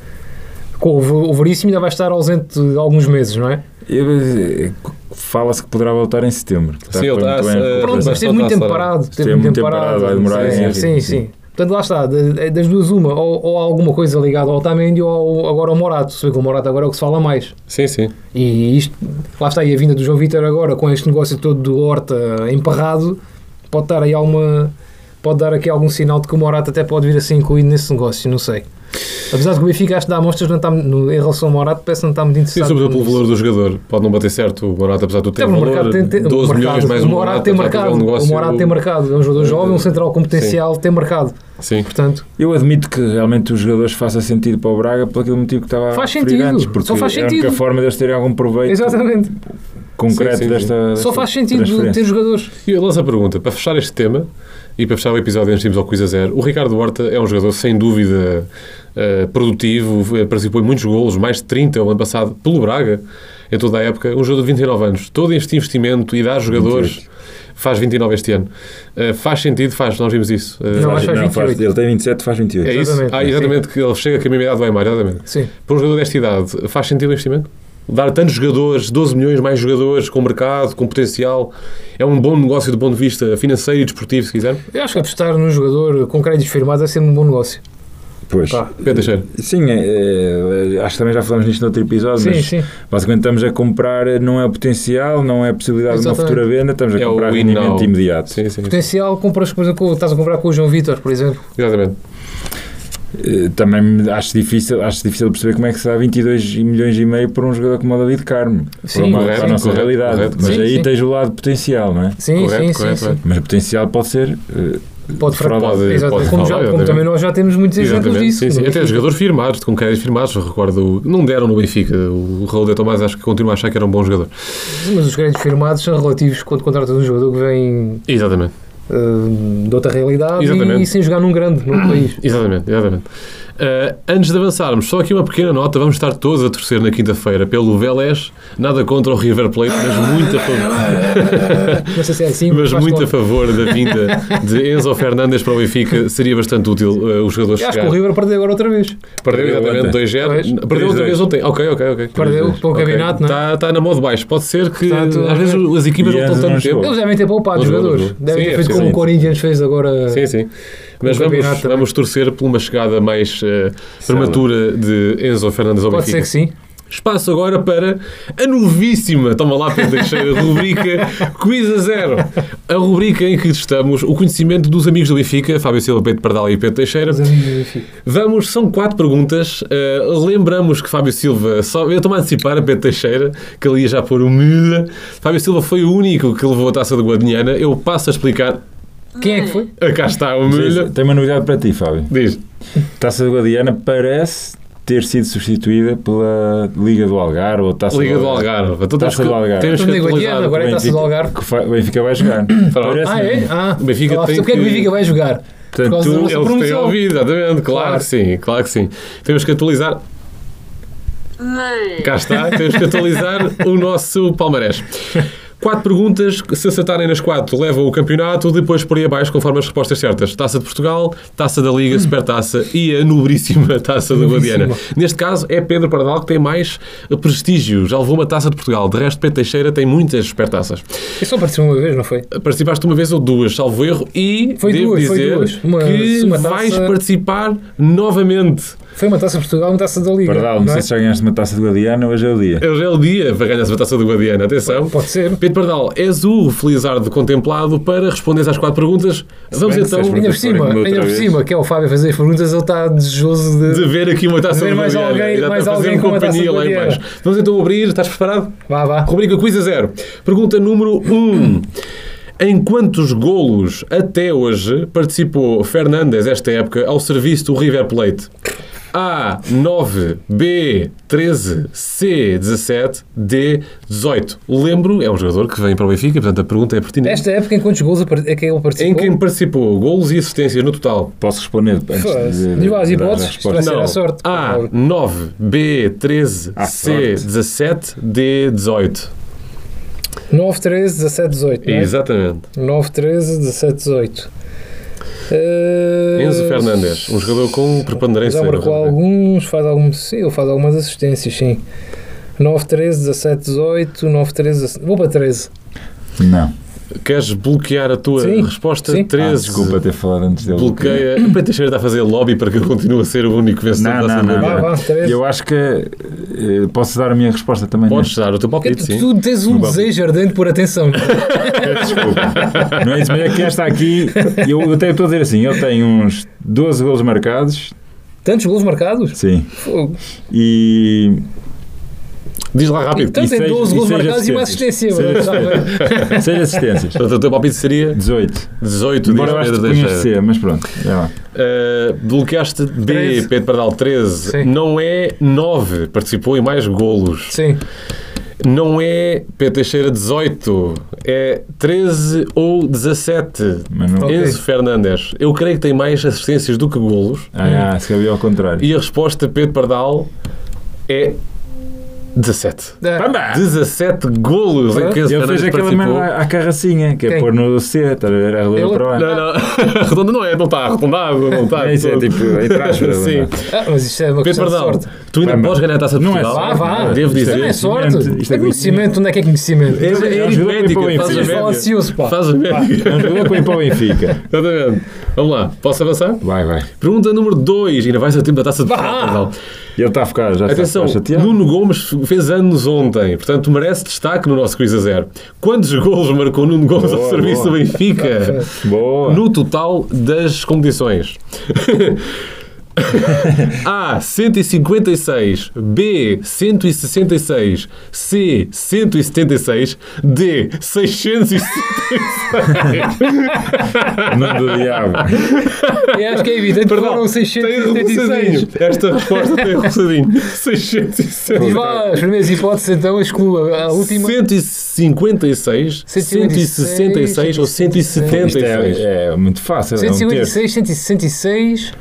com o Ver- o Veríssimo ainda vai estar ausente alguns meses não é?
eh, Fala-se que poderá voltar em setembro. que está
Sim, ele
muito
está-
bem a
eh,
Pronto,
recuperação.
mas
Sim.
teve muito tempo
Sim.
parado. Teve
Sim,
muito tempo parado.
vai demorar
sim,
em
sim,
sim.
sim. Portanto, lá está, da- das duas uma, ou, ou há alguma coisa ligada ao Otamendi ou ao- agora ao Morato. Se bem que o Morato agora é o que se fala mais.
Sim, sim.
E isto, lá está, e a vinda do João Vitor agora, com este negócio todo do Horta emparrado, pode dar aí alguma. Pode dar aqui algum sinal de que o Morato até pode vir a ser incluído nesse negócio, não sei. Apesar de que o Benfica, acho que dá amostras, não está, no, em relação ao Morato, parece que não está muito
Sim,
interessado.
sobretudo pelo
nisso.
valor do jogador. Pode não bater certo o Morato, apesar de tudo ter
Até porque o
valor.
mercado tem, tem-
12
o
milhões
mercado,
mais um
o Morata
apesar
tem
de
mercado.
haver um negócio-
o Morata tem mercado. É um jogador jovem, um central com potencial, tem mercado.
Sim.
Portanto,
Eu admito que realmente os jogadores façam sentido para o Braga por aquele motivo que estava
Faz
a referir
sentido.
antes, porque
Só
é
faz
a única
sentido.
forma deles terem algum proveito
exatamente.
concreto
Sim, sim,
desta,
Só
desta
assim.
faz sentido
transferência.
ter jogadores.
E eu lanço a pergunta, para fechar este tema e para fechar o episódio antes de irmos ao Quiz a Zero, o Ricardo Horta é um jogador sem dúvida eh, produtivo, eh, participou em muitos golos, mais de 30 o ano passado, pelo Braga. em toda a época. Um jogador de 29 anos. Todo este investimento e dar jogadores...
28.
Faz 29 este ano. Uh, faz sentido? Faz, nós vimos isso. Uh,
Não, acho que faz
Não, faz-
28.
ele tem 27, faz 28.
é isso?
Exatamente,
Ah,
sim.
exatamente, que ele chega com a mesma idade do Neymar, exatamente.
Sim.
Para um jogador desta idade, faz sentido o investimento? Dar tantos jogadores, 12 milhões mais jogadores, com mercado, com potencial, é um bom negócio do ponto de vista financeiro e desportivo, se quiser?
Eu acho que apostar num jogador com créditos firmados é sempre um bom negócio.
Pois.
Pá.
Pedro Teixeira.
Sim, é, é, acho que também já falámos nisto no outro episódio,
Sim,
mas
sim.
basicamente estamos a comprar, não é potencial, não é possibilidade de uma
Exatamente.
futura venda, estamos a
É o
comprar
win
rendimento
now.
imediato.
Sim, sim,
Potencial, compras, por exemplo, estás a comprar com o João Vitor, por exemplo.
exatamente.
Eh, Também me- acho difícil, acho difícil perceber como é que se dá 22 milhões e meio por um jogador como o David Carmo,
Sim,
para, uma, para
correto,
a nossa
correto,
realidade.
correto.
Mas
Sim,
aí
sim.
tens o lado potencial, não é?
Sim,
Correto,
sim,
correto,
sim,
correto.
Mas o potencial pode ser. eh,
sim. Pode fraudar.
Pode- pode
Exatamente. Como, já,
fraudar,
como também
exatamente.
nós já temos muitos exemplos disso.
sim, sim.
não é?
Até jogadores firmados, com créditos firmados, eu recordo, não deram no Benfica, o Raul de Tomás acho que continua a achar que era um bom jogador.
Mas os créditos firmados são relativos quando contratas um jogador que vem
Exatamente.
eh, de outra realidade
Exatamente.
e, e sem jogar num grande, num país.
Exatamente, exatamente. Ah, antes de avançarmos, só aqui uma pequena nota. Vamos estar todos a torcer na quinta-feira pelo Vélez. Nada contra o River Plate, mas muito a favor,
Não sei se é assim,
mas
faz
muito a
logo.
favor da vinda de Enzo Fernandes para o Benfica. Seria bastante útil ah, os jogadores
Eu Acho que
chegar.
o River perdeu agora outra vez.
Perdeu exatamente
ontem.
2-0.
Pois.
Perdeu outra
3-2.
vez ontem. Ok, ok, ok.
Perdeu para o campeonato, não é?
Está tá na moda baixo. Pode ser que
Portanto,
às vezes as equipas
e
não estão
Enzo
tanto
não
tempo.
chegou.
Eles devem ter poupado
Os
os
jogadores,
jogadores.
não?
Devem
Sim,
ter
é
feito como o
possível.
Corinthians fez agora.
Sim, sim. Mas vamos,
campeonato também.
vamos torcer por uma chegada mais eh, prematura de Enzo Fernandes ao
Pode ser
Benfica.
que sim.
Espaço agora para a novíssima, toma lá Pedro Teixeira, rubrica Quiz a Zero. A rubrica em que testamos o conhecimento dos amigos do Benfica, Fábio Silva, Pedro Pardal e Pedro Teixeira. Vamos, são quatro perguntas. Uh, lembramos que Fábio Silva, só, eu estou a antecipar a Pedro Teixeira, que ele ia já pôr o milha. Fábio Silva foi o único que levou a taça de Guadiana. Eu passo a explicar.
Quem é que foi?
Ah, Cá está o milha.
Tenho uma novidade para ti, Fábio.
Diz.
Taça de Guadiana parece ter sido substituída pela Liga do Algarve ou Taça
Liga do Algarve. Então temos
Taça
que-
do Algarve.
Temos que
Estamos em Guadiana,
atualizar.
agora é Taça do Algarve.
Que fa- o Benfica vai jogar. Parece
Ah, é?
mesmo.
Ah,
O Benfica
ah,
tem
o que é que o
que-
Benfica vai jogar? Por
Portanto,
causa da
tu-
Eles
nossa
têm
promoção.
ouvido, exatamente, claro,
Claro.
que sim, claro que sim. Temos que atualizar, cá está, temos que atualizar o nosso palmarés. Quatro perguntas, que se acertarem nas quatro, levam o campeonato, depois por aí abaixo, conforme as respostas certas. Taça de Portugal, Taça da
Hum.
Liga, Supertaça e a nobríssima Taça da Guadiana. Neste caso, é Pedro Pardal que tem mais prestígio, já levou uma Taça de Portugal. De resto, Pedro Teixeira tem muitas Supertaças.
Eu só participei uma vez, não foi?
Participaste uma vez ou duas, salvo erro, e
Foi
devo
duas, foi
dizer
duas. Uma-
que
uma taça-
vais participar novamente.
Foi uma taça de Portugal, uma taça da Liga.
Pardal, não
não é?
sei se já ganhaste uma Taça de Guadiana, hoje é o dia.
Hoje é o dia para ganhar a taça do Guadiana, atenção.
Pode ser.
Pedro Pardal, és o felizardo contemplado para responderes às quatro perguntas. Vamos
bem que
então
sejas
Ainda por cima,
Outra
ainda por
vez.
cima, que é o Fábio a fazer as perguntas, ele está desejoso de.
de ver aqui uma taça
ver
do
mais
Guadiana.
alguém-
Exato,
mais
fazer-me
alguém com uma taça
companhia
do
lá em
Guadiana.
baixo. Vamos então abrir, estás preparado?
Vá, vá.
Rubrica Quiz a Zero. Pergunta número 1. Um. Em quantos golos até hoje participou Fernandes esta época ao serviço do River Plate? A 9, B 13, C 17, D 18. Lembro, é um jogador que vem para o Benfica, portanto a pergunta é pertinente.
Esta época, em quantos gols é que ele participou?
Em quem participou, golos e assistências no total?
Posso responder antes de-
Foda-se.
de-
Diz lá as
de dar a
hipóteses, isto
resposta?
vai ser
Não.
à sorte.
A 9, B 13,
À
C
sorte.
17, D 18.
9, 13, 17, 18. não é?
Exatamente.
9, 13, 17, 18. Eh,
Enzo Fernandes, um jogador com preponderância.
Já marcou alguns, faz, algum, sim, ele faz algumas assistências, sim. 9, 13, 17, 18, 9, 13, 17, vou para 13.
Não.
Queres bloquear a tua
Sim,
resposta?
sim.
13.
Ah, desculpa ter falado antes dele.
Bloqueia. O Pedro Teixeira está a fazer lobby para que eu continue a ser o único vencedor
Não,
da Taça
não,
da
não.
Liga.
Vá, vá,
não.
13.
Eu acho que eh, posso dar a minha resposta também. não é?
Podes dar o teu palpite,
Tu,
sim.
tu tens um
Não vale.
desejo ardente por atenção.
Desculpa. Não é isso, mas é que esta aqui, eu, eu até estou a dizer assim, eu tenho uns 12 golos marcados,
Tantos golos marcados?
sim,
Fogo.
e
Diz lá rápido.
Então
e
tem
seis-
12
e
golos
seis
marcados e uma assistência.
assistências.
mano.
Seis assistências.
Tá bem.
6 assistências.
Portanto, o teu palpite seria
18.
18
Embora eu
diz
acho que
Pedro
tu punhas
Teixeira.
C, mas pronto. é lá.
Ah, bloqueaste B,
13.
Pedro Pardal 13.
Sim.
Não é 9, participou em mais golos.
Sim.
Não é Pedro Teixeira 18, é 13 ou 17.
Mas não-
Ok.
Enzo Fernandes, eu creio que tem mais assistências do que golos.
é, Ah, ah, se cabia ao contrário.
E a resposta, Pedro Pardal, é 17.
É.
Pamba!
17 golos em que esse
Ele
Fernandes
fez aquela
participou.
merda à carracinha, que é
Quem?
pôr no C, estás a ver? A
Ele?
releva para baixo.
Não, não, arredonda não é, não está arredondado, não está.
É isso, é tipo, entre aspas.
Sim.
Ah, mas isto é
Pedro
uma questão de
Pardal,
sorte.
tu ainda
Vai,
podes
mas-
ganhar a taça de
Não é
Portugal.
sorte.
Vá, vá.
Devo
Isto
dizer.
não é sorte.
Isto é
Isto é conhecimento. Onde é que é conhecimento?
É, é
Não,
aritmética,
não, não,
faz a
não,
Isto é só
média.
ocioso, pá.
Faz a média.
Vamos ver com o Impão Benfica.
Exatamente. Vamos lá, posso avançar?
Vai, vai.
Pergunta número 2, ainda vai ser o tempo da taça de
Vá!
Portugal. Pardal.
Ele está a ficar, já
Atenção,
está a chateado.
Nuno Gomes fez anos ontem, portanto merece destaque no nosso quiz a zero. Quantos golos marcou Nuno Gomes ao
Boa,
serviço
boa.
do Benfica?
Boa.
No total das competições. A 156, B 166, C 176, D 676.
Nuno do Diabo.
Eu acho que é evidente que foram
tem roçadinho.
676.
Esta resposta tem roçadinho. 676.
E vá, as primeiras hipóteses então exclua a última.
156, 166 ou
Isto
176.
é, é muito fácil. É um terço.
156, 166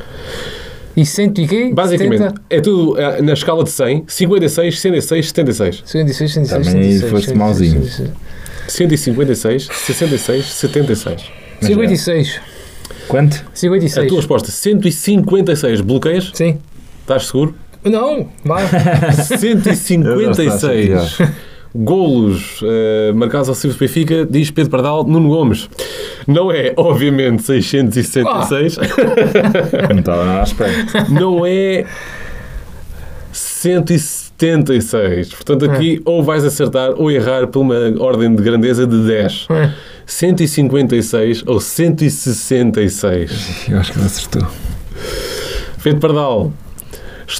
e 100 e quê?
Basicamente,
70?
é tudo eh, na escala de 100, 56, 106, 76.
156, 156,
Também
156,
fosse
156,
mauzinho.
156, 66, 76.
56,
Quanto?
É A
56.
tua resposta, 156. Bloqueias?
Sim.
Estás seguro?
Não, vai.
156 golos eh, marcados ao Silvio Benfica, diz Pedro Pardal, Nuno Gomes. Não é, obviamente, 676.
É Não estava nada à espera.
Não é 176. Portanto, aqui ou vais acertar ou errar por uma ordem de grandeza de 10. 156 ou 166.
Eu acho que ele acertou.
Pedro Pardal,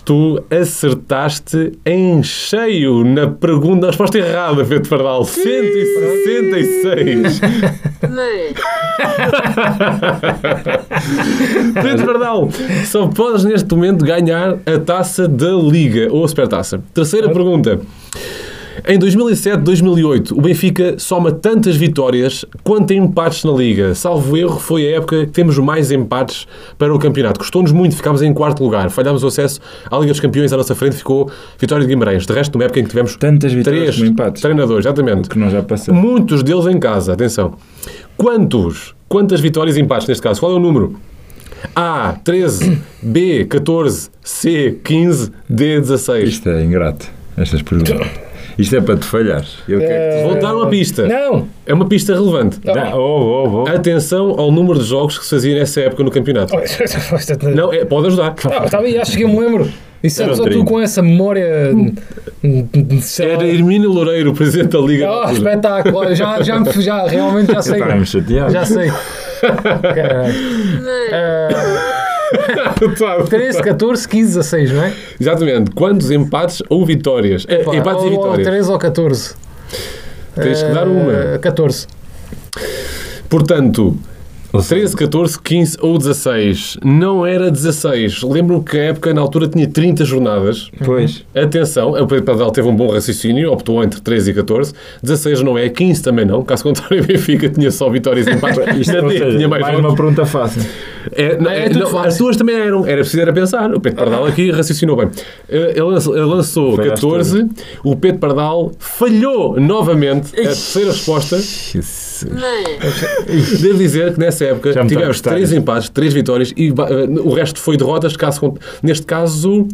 tu acertaste em cheio na pergunta, na resposta errada, Pedro Pardal. 166. Pedro Pardal, só podes neste momento ganhar a taça da Liga ou a Supertaça. Terceira pergunta. Em 2007, 2008, o Benfica soma tantas vitórias quanto empates na Liga. Salvo erro, foi a época que temos mais empates para o campeonato. Custou-nos muito, ficámos em quarto lugar. Falhámos o acesso à Liga dos Campeões, à nossa frente ficou Vitória de Guimarães. De resto, numa época em que tivemos
Tantas vitórias
três
como empates.
treinadores, exatamente.
Que nós já passamos.
Muitos deles em casa, atenção. Quantos? Quantas vitórias e empates neste caso? Qual é o número? A, 13, B, 14, C, 15, D, 16.
Isto é ingrato. Estas perguntas. Isto é para te falhar. Eu quero
Vou dar uma pista.
É. Não.
É uma pista relevante.
que te... Dá- Oh, oh, oh.
Atenção ao número de jogos que se fazia nessa época no campeonato.
Não.
Não, é, pode ajudar.
Ah, tá bem, acho que eu me lembro. Isso é
Era
só tu
30.
com essa memória. sei lá.
um Era Hermínio Loureiro, presidente da Liga. na
Oh,
altura.
espetáculo! Olha, Já, já, me- já, realmente já sei.
Estava-me chateado.
Já sei. Caralho. Eh,
Claro.
13, 14, 15, 16, não é?
Exatamente. Quantos empates ou vitórias? É,
Pá,
empates
ou,
e vitórias.
Ou 13 ou 14.
Tens que dar uma.
Eh, 14.
Portanto,
Ou seja,
13, 14, 15 ou 16. Não era 16. Lembro-me que a época, na altura, tinha 30 jornadas.
Pois.
Atenção, o Pedro Pardal teve um bom raciocínio, optou entre 13 e 14. 16 não é, 15 também não. Caso contrário, o Benfica tinha só vitórias e empates.
Isto,
Na
ou
D
seja,
é tinha
mais,
mais jogos.
uma pergunta fácil.
É, não,
é
é,
tudo
não,
fácil.
as tuas também eram. Era preciso era pensar. O Pedro Pardal aqui raciocinou bem. Eh, Ele lançou, ele lançou
Foi às
14. O Pedro Pardal falhou novamente a terceira resposta.
Jesus.
Devo dizer que nessa época
Já me está a
tivemos
gostar.
três empates, três vitórias e ba- eh, o resto foi derrotas. Caso, con- neste caso,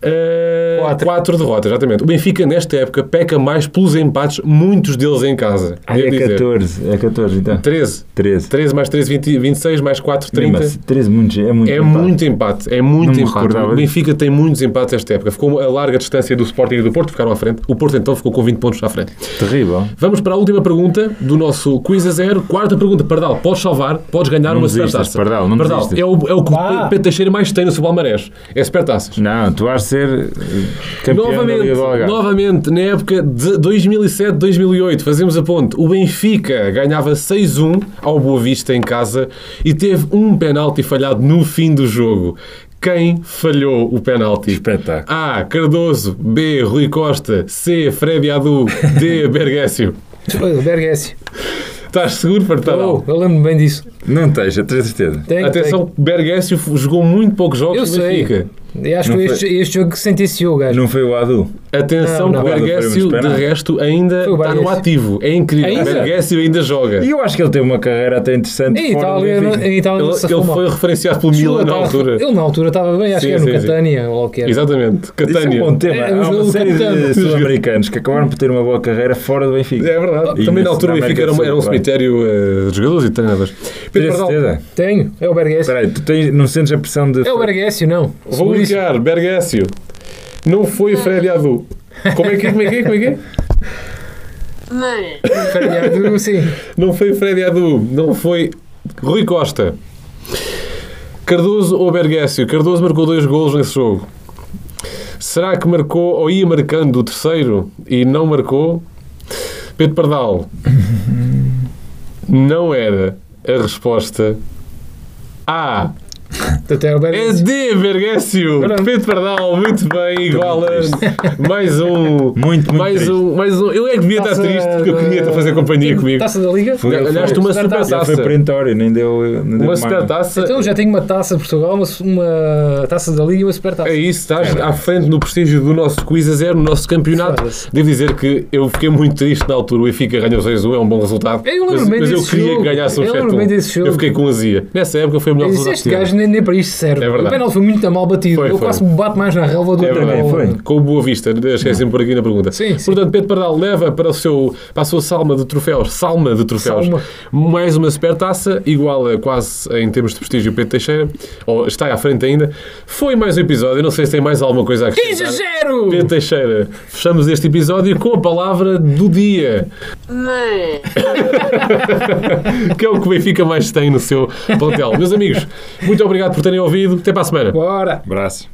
eh,
Quatro.
quatro derrotas, exatamente. O Benfica, nesta época, peca mais pelos empates, muitos deles em casa.
Ah,
Devo
é
dizer.
14. É 14, então.
13.
13.
13 mais 13, 20, 26, mais 4, 30.
13 muitos. É muito.
É
empate.
muito empate, é muito
Não me
empate.
recordava
O Benfica tem muitos empates esta época. Ficou a larga distância do Sporting e do Porto, ficaram à frente. O Porto então ficou com 20 pontos à frente.
Terrível.
Vamos para a última pergunta do nosso Quiz a Zero. Quarta pergunta, Pardal, podes salvar, podes ganhar
Não
uma
desistas,
supertaça.
Pardal, não
Pardal,
desistas.
é o, é o que
Vá.
o Pedro Teixeira mais tem no seu palmarés. É supertaças.
Não, tu vais ser eh, campeão da
Novamente,
Liga do Algarve.
novamente, na época de 2007, 2008, fazemos a ponte, o Benfica ganhava 6-1 ao Boa Vista em casa e teve um penalti falhado no fim do jogo. Quem falhou o penalti?
Espetáculo.
A. Cardoso. B. Rui Costa. C. Fred Adu. D. Bergessio.
Bergess.
Estás seguro, Partadão?
é Oh, eu lembro-me bem disso.
Ah. Não tens, eu tenho certeza.
Tenho,
Atenção, Bergessio jogou muito poucos jogos
Eu
no
sei.
Benfica.
tenho. Eu acho
Não
que
foi-
este, este jogo sentenciou o gajo.
Não foi o Adu.
Atenção,
Não, não.
que o Bergessio, de resto, ainda
Foi o
está no
Bergessio.
ativo. É incrível.
Ainda?
O Bergessio ainda joga.
E eu acho que ele teve uma carreira até interessante.
Em
fora do
Itália, não-
Benfica.
em Itália
Ele,
não então se tá. safou
ele
mal.
foi referenciado pelo Milan na
Ele tava-
altura.
Ele na altura estava bem, acho
Sim,
que era
sim,
no
sim.
Catania ou lá o que era.
Exatamente.
Isso é um
Catania.
bom tema. Há
É, o
uma
jogo
série
capitano.
de sul-americanos que acabaram por ter uma boa carreira fora do Benfica.
É verdade.
E
Também na
nesse-
altura o
na
Benfica
América
era,
do
um-
Sul,
era um
claro.
cemitério eh, de jogadores e de treinadores.
Tens
Pedro Pardal,
certeza?
Tenho, é o Bergessio.
Espera aí, tu tens, não sentes a pressão de.
É o Bergessio, não.
vou
Seguríssimo.
ligar. Bergessio. Não foi Fred Adu. Como é que é? Como é que é? Como é que é?
Ferreado, Sim.
Não foi Fred Adu. Não foi Rui Costa. Cardoso ou Bergessio? Cardoso marcou dois golos nesse jogo. Será que marcou ou ia marcando o terceiro e não marcou? Pedro Pardal. Não era a resposta A.
Portanto, é o
É
Bergessio.
de Bergessio!
Pronto.
Pedro Pardal, muito bem, igual a mais um.
Muito, muito
mais
triste.
um, mais um. Eu é que devia estar
Taça
triste porque eu queria estar a fazer companhia
Tenho
comigo.
Taça da Liga?
Foi- ele
Olhaste
foi-
uma
Super
super
taça.
Ele foi
taça.
perentório, nem deu. Nem deu
Uma
margem.
super taça.
Então já tenho uma taça de Portugal, uma, uma taça da Liga e uma super taça.
É isso, estás à frente no prestígio do nosso quiz a zero, no nosso campeonato.
Foda-se.
Devo dizer que eu fiquei muito triste na altura. O Benfica ganhou 6-1, é um bom resultado.
Eu
mas,
lembro-me
mas eu
desse
queria
jogo.
que ganhasse um
Eu lembro-me desse
7
jogo.
Eu fiquei com azia. Nessa época foi o melhor
Eu disse,
resultado.
este
que tive.
gajo nem, nem para isto serve.
É verdade.
o penalti foi muito mal batido.
Foi,
eu
foi.
quase me bato mais na relva do
É
outra
verdade,
bola.
foi.
Com o Boa Vista, esqueci-me por aqui na pergunta.
Sim, sim.
Portanto, Pedro Pardal leva para, o seu, para a sua salma de troféus, salma de troféus,
Salma.
mais uma supertaça, igual a quase em termos de prestígio Pedro Teixeira, ou está à frente ainda. Foi mais um episódio, não sei se tem mais alguma coisa a
Que
acrescentar.
exagero!
Pedro Teixeira, fechamos este episódio com a palavra do dia, que é o que o Benfica mais tem no seu plantel. Meus amigos, muito obrigado por terem ouvido. Até para a semana.
Bora!
Braço.